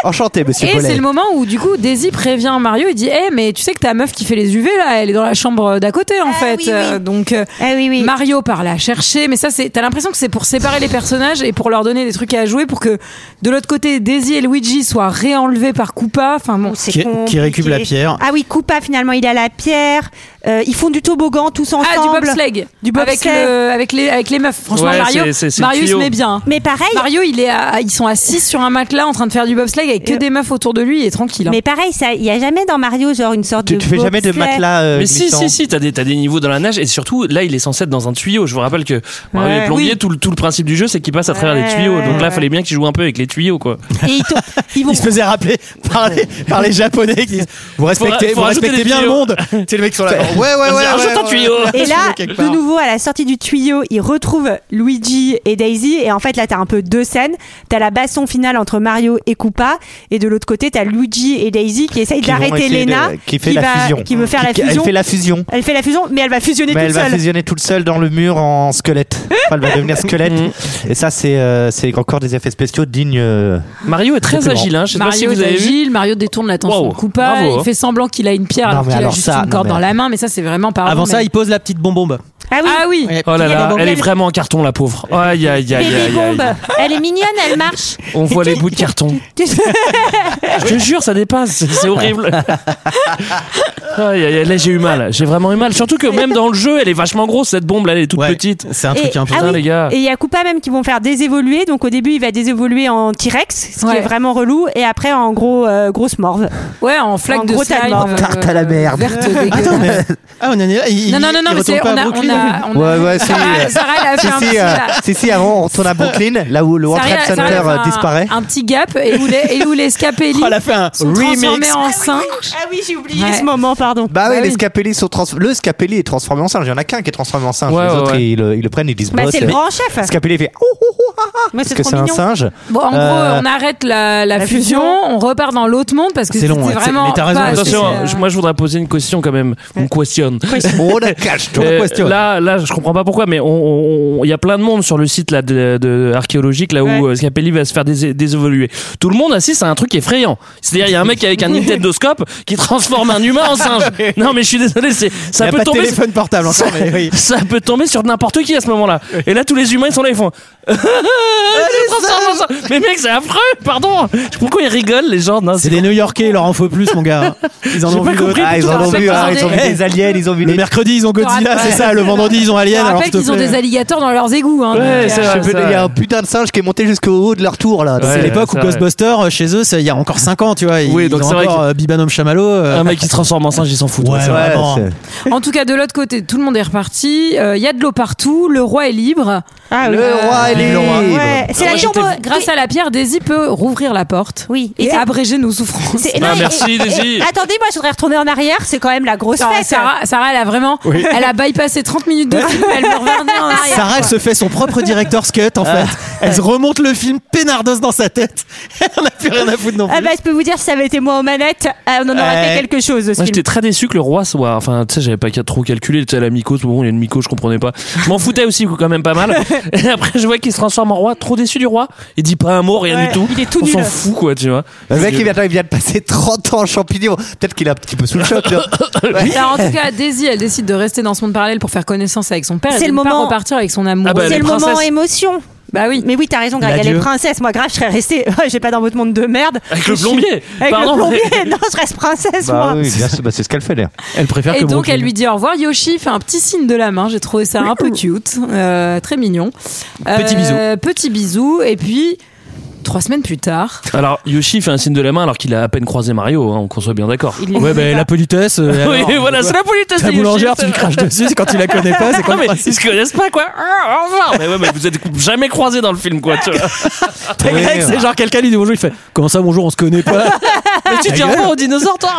Enchanté, monsieur Et Eh, c'est Paulet. le moment où du coup Daisy prévient Mario et dit Eh mais tu sais que ta meuf qui fait les UV là, elle est dans la chambre d'à côté en fait. Ah oui, oui. Euh, Donc euh, Mario part la chercher, mais ça c'est t'as l'impression que c'est pour séparer les personnages et pour leur donner des trucs à jouer pour que de l'autre côté Daisy et Luigi soient réenlevés par Koopa. Enfin bon, c'est Qui- qui récupère la pierre. Ah oui, Koopa finalement, il a la pierre. Euh, ils font du toboggan tous ensemble. Ah, du bobsleigh. Du bobsleigh. Avec, le- avec, les, avec les meufs. Franchement, Ouais, Mario, c'est- c'est- c'est le Mario se trio. met bien. Mais pareil. Mario, il est à- ils sont assis sur un matelas en train de faire du bobsleigh avec que des meufs autour de lui. Il est tranquille. hein. Mais pareil, ça, il y a jamais dans Mario genre une sorte de. bobsleigh. euh, Euh, Mais si, si, si, t'as des, t'as des niveaux dans la nage et surtout là, il est censé être dans un tuyau. Je vous rappelle que Mario Ouais. est plombier, Oui. tout, le, tout le principe du jeu, c'est qu'il passe à travers Ouais, les tuyaux. Donc là, ouais. fallait bien qu'il joue un peu avec les tuyaux, quoi. Et ils, to- ils vont. Il se faisait rappeler par les, par les japonais qui disent Vous respectez, Faut- faut vous rajouter respectez des bien le tuyaux. monde C'est le mec sur la. Ouais, ouais, ouais. Vas-y, rajoute ouais, ton ouais, tuyau. ouais. Et là, Quelque part. de nouveau, à la sortie du tuyau, ils retrouvent Luigi et Daisy. Et en fait, là, t'as un peu deux scènes. T'as la baston finale entre Mario et Koopa. Et de l'autre côté, t'as Luigi et Daisy qui essayent Qui vont d'arrêter essayer de- Lena. qui fait la va- fusion. Qui veut faire la Qui- elle fusion. fait la fusion. Elle fait la fusion, mais elle va fusionner Mais toute elle va seule. fusionner toute seule dans le mur en squelette. Enfin, elle va devenir squelette. Mm. Et ça, c'est euh, c'est encore des effets spéciaux dignes. euh, Mario est très Exactement. agile, hein. Je sais pas si Mario vous est avez vu. agile, Mario détourne l'attention Wow, de Koopa, bravo, hein. il fait semblant qu'il a une pierre Non, alors mais qu'il a alors juste ça, une non, corde mais dans alors- la main, mais ça c'est vraiment pas Avant ça, il pose la petite bonbombe. Ah oui. Ah oui. Oh là là, elle est Elle- vraiment en carton, la pauvre. Aïe, aïe, aïe, Bébé aïe, aïe. bombe. Elle est mignonne, elle marche. On voit les bouts de carton. Je te jure, ça dépasse. C'est- C'est horrible. Aïe, aïe, aïe, là, j'ai eu mal. J'ai vraiment eu mal. Surtout que même dans le jeu, elle est vachement grosse, cette bombe. Là, elle est toute petite. C'est un Et- truc un peu. ah Putain, oui, les gars. Et il y a Koopa même qui vont faire désévoluer. Donc au début, il va désévoluer en T-Rex, ce qui Ouais. est vraiment relou. Et après, en gros, euh, grosse morve. Ouais, en flaque En de gros tas de slime, morve. euh, Tarte à la merde. verte dégueulasse. Attends, mais. Ah, on en est là. Il- Non, non, non, il- non, il mais retourne c'est- pas à on a- on Brooklyn. a- on a- Ouais, ouais, si. Sarah- Sarah, elle a si, fait un si, petit, euh, là. si, si, avant, on tourne à Brooklyn, là où le World Sarah, Trade Center Sarah, elle a fait euh, un- disparaît. Un petit gap et où les, et où les scapelli Oh, elle a fait un Ah, sont transformés remix. en singes. Ah oui, j'ai oublié Ouais. ce moment, pardon. Bah oui, Bah les oui. scapelli sont trans- le scapelli est transformé en singe. Il y en a qu'un qui est transformé en singe. Ouais, les ouais, autres, ouais. ils, le- ils le prennent, ils disent Bah, boss. c'est le grand chef. Scapelli fait oh, oh, oh, ah, ah, Mais parce c'est que trop c'est un mignon. singe. Bon, en Euh, gros, on arrête la, la la fusion, fusion. on repart dans l'autre monde parce que C'est c'était long, ouais, c'est- vraiment. mais t'as raison, pas- parce que Attention, c'est, euh, je- moi je voudrais poser une question quand même. Une question. Oh, la cache, toi. Euh, question. là, là, je comprends pas pourquoi, mais on- on- on- il y a plein de monde sur le site là de, de- archéologique là où Ouais. euh, Scapelli va se faire dés- désévoluer. Tout le monde assis, c'est un truc effrayant. C'est-à-dire, il y a un mec avec un Nintendoscope qui transforme un humain en singe. Non, mais je suis désolé, c'est Il ça y a peut pas de tomber. téléphone portable encore, ça, mais oui. ça peut tomber sur n'importe qui à ce moment-là. Et là, tous les humains ils sont là, ils font. Ah, Je transforme en singe. mais mec, c'est affreux. Pardon. Pourquoi ils rigolent les gens Non, C'est des New Yorkais, il leur en faut plus, mon gars. Ils en J'ai ont pas vu compris d'autres. Ah, ils en ont vu, hein, ils ont vu Eh, des aliens, ils ont vu Le des. mercredi, ils ont Godzilla, Ouais. c'est ça. Le vendredi, ils ont Je Alien. Alors, rappelle s'il te qu'ils ont plaît. des alligators dans leurs égouts. hein, Ouais, donc, c'est euh, vrai, Je sais c'est pas, Il y a vrai. un putain de singe qui est monté jusqu'au haut de leur tour là. C'est Ouais, l'époque où c'est vrai. Ghostbusters, euh, chez eux, c'est- il y a encore 5 ans, tu vois. Ils Oui, donc ont c'est vrai encore que- euh, Bibanum Chamallow. euh, Un mec qui se transforme en singe, ils s'en foutent. Ouais, ouais, c'est vrai. vraiment. c'est- euh, En tout cas, de l'autre côté, tout le monde est reparti. Euh, Il y a de l'eau partout. Le roi est libre. Ah oui. Le roi est Vive le roi. libre. Ouais, c'est la Et turbo. Ah, grâce à la pierre, Daisy peut rouvrir la porte Oui. et c'est- abréger nos souffrances. c'est- Ah, merci, Daisy. attendez, moi, je voudrais retourner en arrière. C'est quand même la grosse Sarah, fête. Sarah, Sarah, elle a vraiment, elle a bypassé 30 minutes de film, elle me regardait en arrière. Sarah, elle se fait son propre director's cut en Ah. fait. Elle se remonte le film Pénardos dans sa tête. Elle en a plus rien à foutre non plus. Ah bah, je peux vous dire, si ça avait été moi aux manettes, euh, on en aurait Ouais. fait quelque chose. de ce film. Moi, j'étais très déçu que le roi soit. Enfin, tu sais, j'avais pas trop calculé. Tu sais, la Miko, bon, il y a une Miko, je comprenais pas. Je m'en foutais aussi, quand même pas mal. Et après, je vois qu'il se transforme en roi. Trop déçu du roi. Il dit pas un mot, rien Ouais, du tout. il est tout On s'en nul. fout, quoi, tu vois. Le mec, il vient, il vient de passer 30 ans en champignon. Peut-être qu'il est un petit peu sous le choc. là. Ouais. Alors en tout cas, Daisy, elle décide de rester dans ce monde parallèle pour faire reconnaissance avec son père C'est et de le ne pas moment- repartir avec son amour. Ah bah, C'est les le moment princesses. émotion. Bah oui. Mais oui, t'as raison, Greg. Elle est L'adieu. princesse. Moi, grave, je serais restée. J'ai pas dans votre monde de merde. Avec le Je suis- plombier. Avec Pardon, le plombier. mais- Non, je reste princesse, Bah moi. oui, bien sûr, bah, c'est ce qu'elle fait là. Elle préfère Et donc elle lui dit au revoir. Yoshi fait un petit signe de la main. J'ai trouvé ça un peu cute, euh, très mignon. Euh, Petit bisou. Petit bisou. Et puis trois semaines plus tard, Alors, Yoshi fait un signe de la main alors qu'il a à peine croisé Mario, hein, on qu'on soit bien d'accord. Il les Ouais, connaît ben, la politesse. euh, alors, oui, voilà, c'est la politesse. La de Yoshi, boulangère, ça. tu le craches dessus, c'est quand tu la connais pas, c'est Non, comme mais principe. Ils se connaissent pas, quoi. Ah, au revoir. Mais ouais, mais vous êtes jamais croisés dans le film, quoi. Tu vois. T'as Greg, c'est genre quelqu'un lui dit bonjour, il fait Comment ça, bonjour, on se connaît pas Mais tu dis au revoir au dinosaure, toi.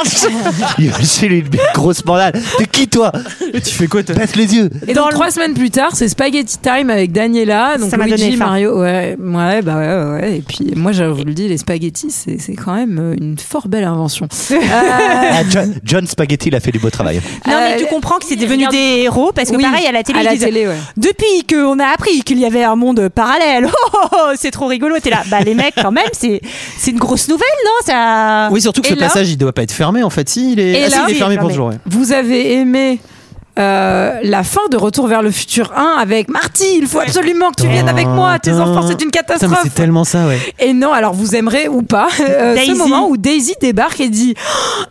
Yoshi lui met une grosse mandale. T'es qui toi Tu fais quoi toi Baisse les yeux. Et donc, trois semaines plus tard, c'est Spaghetti Time avec Daniela, donc Ça m'a donné Luigi, faim. Mario. Ouais, ouais, bah ouais, ouais, ouais. Et puis, moi, je vous le dis, les spaghettis, c'est c'est quand même euh, une fort belle invention. Euh, Ah, John, John Spaghetti, il a fait du beau travail. Non, mais tu comprends que c'est devenu des héros parce que, oui, pareil, à la télé, à ils la disent, télé, ouais. depuis qu'on a appris qu'il y avait un monde parallèle, oh, oh, oh, c'est trop rigolo. T'es là, bah les mecs, quand même, c'est c'est une grosse nouvelle, non ça Oui, surtout que Et ce là- passage, il doit pas être fermé en fait. Si, il est, Et ah, si, là- il est fermé pour fermé. toujours. ouais. Vous avez aimé euh, la fin de Retour vers le futur 1 avec Marty, il faut absolument que tu viennes avec moi, tes Tintin. enfants, c'est une Putain, mais catastrophe. C'est tellement ça, ouais. Et non, alors vous aimerez ou pas euh, ce Daisy. moment où Daisy débarque et dit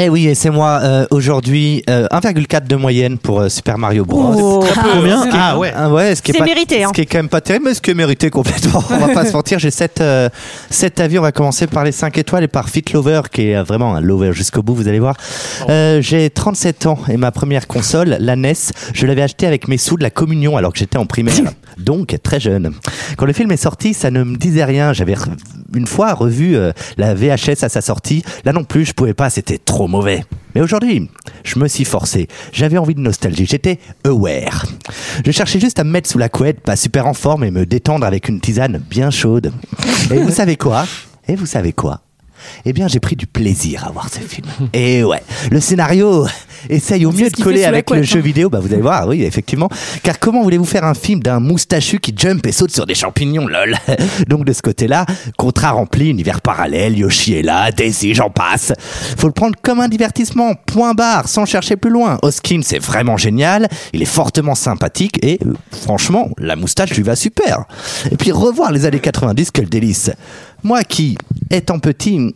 Eh oui, et c'est moi euh, aujourd'hui euh, 1,4 de moyenne pour euh, Super Mario Bros. Oh, Combien Ah ouais. Ah ouais, ce qui est, C'est pas- Ah, mérité, hein. Ce qui est quand même pas terrible, mais ce qui est mérité complètement. on va pas se mentir, j'ai 7, euh, sept avis. On va commencer par les 5 étoiles et par Fit Lover, qui est euh, vraiment un lover jusqu'au bout, vous allez voir. Euh, j'ai 37 ans et ma première console, la NES, je l'avais achetée avec mes sous de la communion alors que j'étais en primaire. Donc, très jeune. Quand le film est sorti, ça ne me disait rien. J'avais re- une fois revu euh, la VHS à sa sortie. Là non plus, je pouvais pas, c'était trop mauvais. Mais aujourd'hui, je me suis forcé. J'avais envie de nostalgie. J'étais aware. Je cherchais juste à me mettre sous la couette, pas super en forme, et me détendre avec une tisane bien chaude. Et vous savez quoi Et vous savez quoi eh bien, j'ai pris du plaisir à voir ce film. Et ouais, le scénario essaye au C'est mieux ce de qu'il fait coller sous la avec le couette, jeu hein. vidéo. Bah, vous allez voir, oui, effectivement. Car comment voulez-vous faire un film d'un moustachu qui jump et saute sur des champignons, lol Donc, de ce côté-là, contrat rempli, univers parallèle, Yoshi est là, Daisy, j'en passe. Faut le prendre comme un divertissement, point barre, sans chercher plus loin. Hoskin, c'est vraiment génial, il est fortement sympathique et, euh, franchement, la moustache lui va super. Et puis, revoir les années 90, quel délice. Moi qui, étant petit,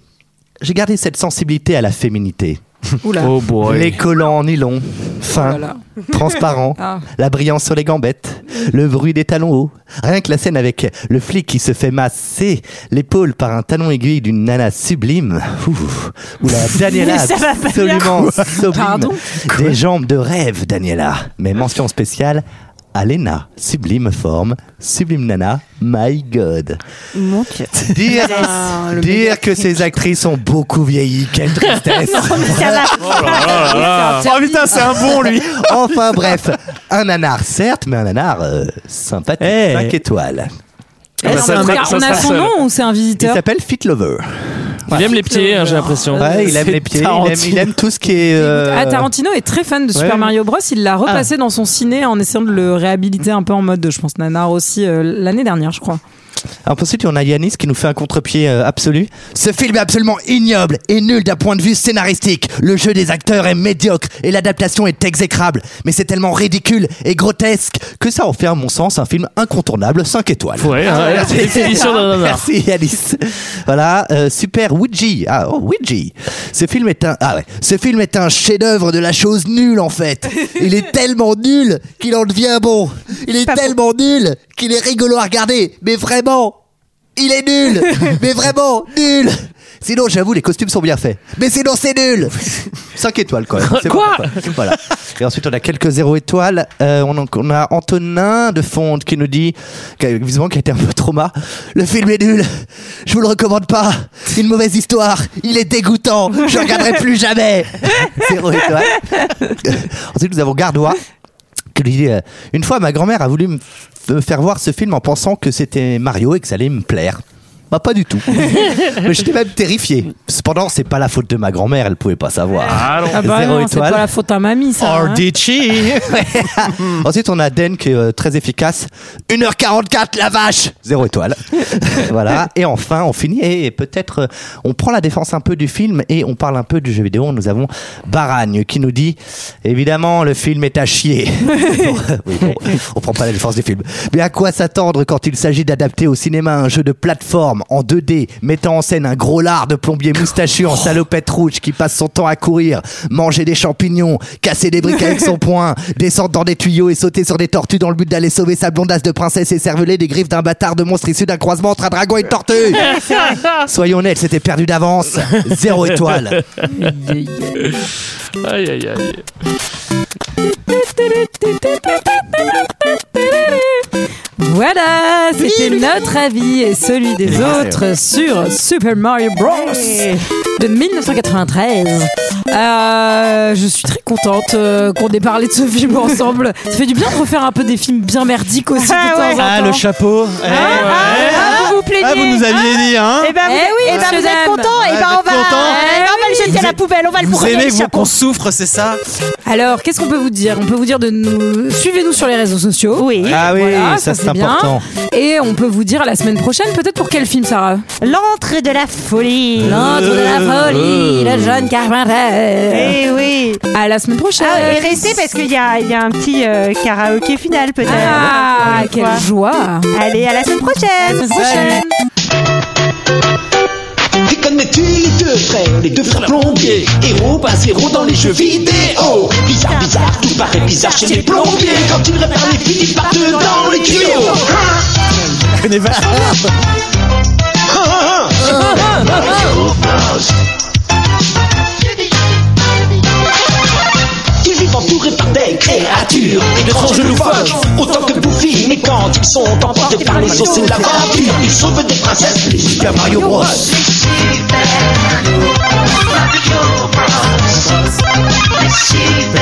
j'ai gardé cette sensibilité à la féminité. Oula. Oh boy. Les collants en nylon, fins, Oh là là. transparents, Ah. la brillance sur les gambettes, le bruit des talons hauts. Rien que la scène avec le flic qui se fait masser l'épaule par un talon aiguille d'une nana sublime. Ouh. Ou la Daniela Mais ça va pas absolument bien. sublime. Pardon Des jambes de rêve, Daniela. Mais mention spéciale. Alena, sublime forme, sublime nana, my god. Mon Dieu. Ah, Dire, dire que ces actrices ont beaucoup vieilli, quelle tristesse. Non, mais ça va. Oh là là là là. Oh putain, c'est un bon lui. Enfin bref, un nanar certes, mais un nanar euh, Eh. sympathique, 5 étoiles. Eh, non, mais on a- on a son nom ou c'est un Il visiteur s'appelle Fit Lover. Il aime les pieds, hein, j'ai l'impression. Ouais, il aime les pieds, il aime, il aime tout ce qui est. euh, Ah, Tarantino est très fan de Super ouais. Mario Bros. Il l'a repassé dans son ciné en essayant de le réhabiliter un peu en mode, je pense, nanar aussi euh, l'année dernière, je crois. Alors ensuite, on a Yanis qui nous fait un contre-pied euh, absolu. Ce film est absolument ignoble et nul d'un point de vue scénaristique. Le jeu des acteurs est médiocre et l'adaptation est exécrable. Mais c'est tellement ridicule et grotesque que ça en fait, à mon sens, un film incontournable 5 étoiles. Ouais, hein, Merci. la définition d'un nanar. Ah, Merci Yanis. Voilà, euh, super Ouija. Ah, oh, Ouija. Ce film est un ah ouais. Ce film est un chef-d'œuvre de la chose nulle en fait. Il est tellement nul qu'il en devient bon. Il est tellement nul qu'il est rigolo à regarder, mais vraiment il est nul. mais vraiment nul. Sinon, j'avoue, les costumes sont bien faits. Mais sinon, c'est nul 5 étoiles, quand même. C'est Quoi bon, pourquoi. Voilà. Et ensuite, on a quelques zéro étoiles. Euh, on, en- on a Antonin de Fonte qui nous dit, qui a- visiblement, qui a été un peu trauma. Le film est nul. Je vous le recommande pas. Une mauvaise histoire. Il est dégoûtant. Je regarderai plus jamais. Zéro étoile. Ensuite, nous avons Gardois qui lui dit euh, Une fois, ma grand-mère a voulu me f- me faire voir ce film en pensant que c'était Mario et que ça allait me plaire. Bah, pas du tout. Mais j'étais même terrifié. Cependant, c'est pas la faute de ma grand-mère, elle pouvait pas savoir. Ah Ah bah non, c'est pas la faute à mamie, ça. Oh, hein. Ensuite, on a Den qui est euh, très efficace. 1h44, la vache Zéro étoile. voilà. Et enfin, on finit et peut-être euh, on prend la défense un peu du film et on parle un peu du jeu vidéo. Nous avons Baragne qui nous dit évidemment, le film est à chier. Bon, oui, bon, on prend pas la défense du film. Mais à quoi s'attendre quand il s'agit d'adapter au cinéma un jeu de plateforme en 2D mettant en scène un gros lard de plombier moustachu en salopette rouge qui passe son temps à courir, manger des champignons, casser des briques avec son poing, descendre dans des tuyaux et sauter sur des tortues dans le but d'aller sauver sa blondasse de princesse et cerveler des griffes d'un bâtard de monstre issu d'un croisement entre un dragon et une tortue. Soyons honnêtes, c'était perdu d'avance. Zéro étoile. Aïe, aïe, aïe. Voilà, c'était notre avis et celui des autres sur Super Mario Bros. de 1993. Euh, je suis très contente euh, qu'on ait parlé de ce film ensemble. Ça fait du bien de refaire un peu des films bien merdiques aussi de Ah, temps ouais. en temps. Ah, le chapeau. Eh. Ah, vous vous plaignez. Ah, vous nous aviez dit, hein. Eh ben, vous, Eh oui, eh ben, vous monsieur êtes dame. contents. Eh ben, Ouais, vous on va, êtes contents. eh ben, on va le jeter à la Vous- poubelle. On va le Vous brûler, aimez, le vous, chapeau. qu'on souffre, c'est ça Alors, qu'est-ce qu'on peut vous dire On peut vous dire de nous suivez-nous sur les réseaux sociaux. Oui. Ah oui, ça, c'est important. Et on peut vous dire à la semaine prochaine peut-être pour quel film Sarah L'antre de la folie. L'antre de la folie, Euh. le jeune Carpenter. Eh oui. À la semaine prochaine. Ah, et restez parce qu'il y a, il y a un petit euh, karaoké final peut-être. Ah, Quoi. quelle joie Allez, à la semaine prochaine. Et connais-tu les deux frères, les deux frères plombiers Héros, pas héros dans les jeux vidéo Bizarre, bizarre, tout paraît bizarre chez les plombiers Quand ils réparent les fils, ils partent dans les tuyaux Je connais vachement bien. Ils vivent entourés par des créatures étranges loufoques, autant que bouffies. Mais quand ils sont emportés par les eaux, c'est l'aventure. Ils sauvent des princesses, les Super Mario Bros. Super Mario Bros. Les Super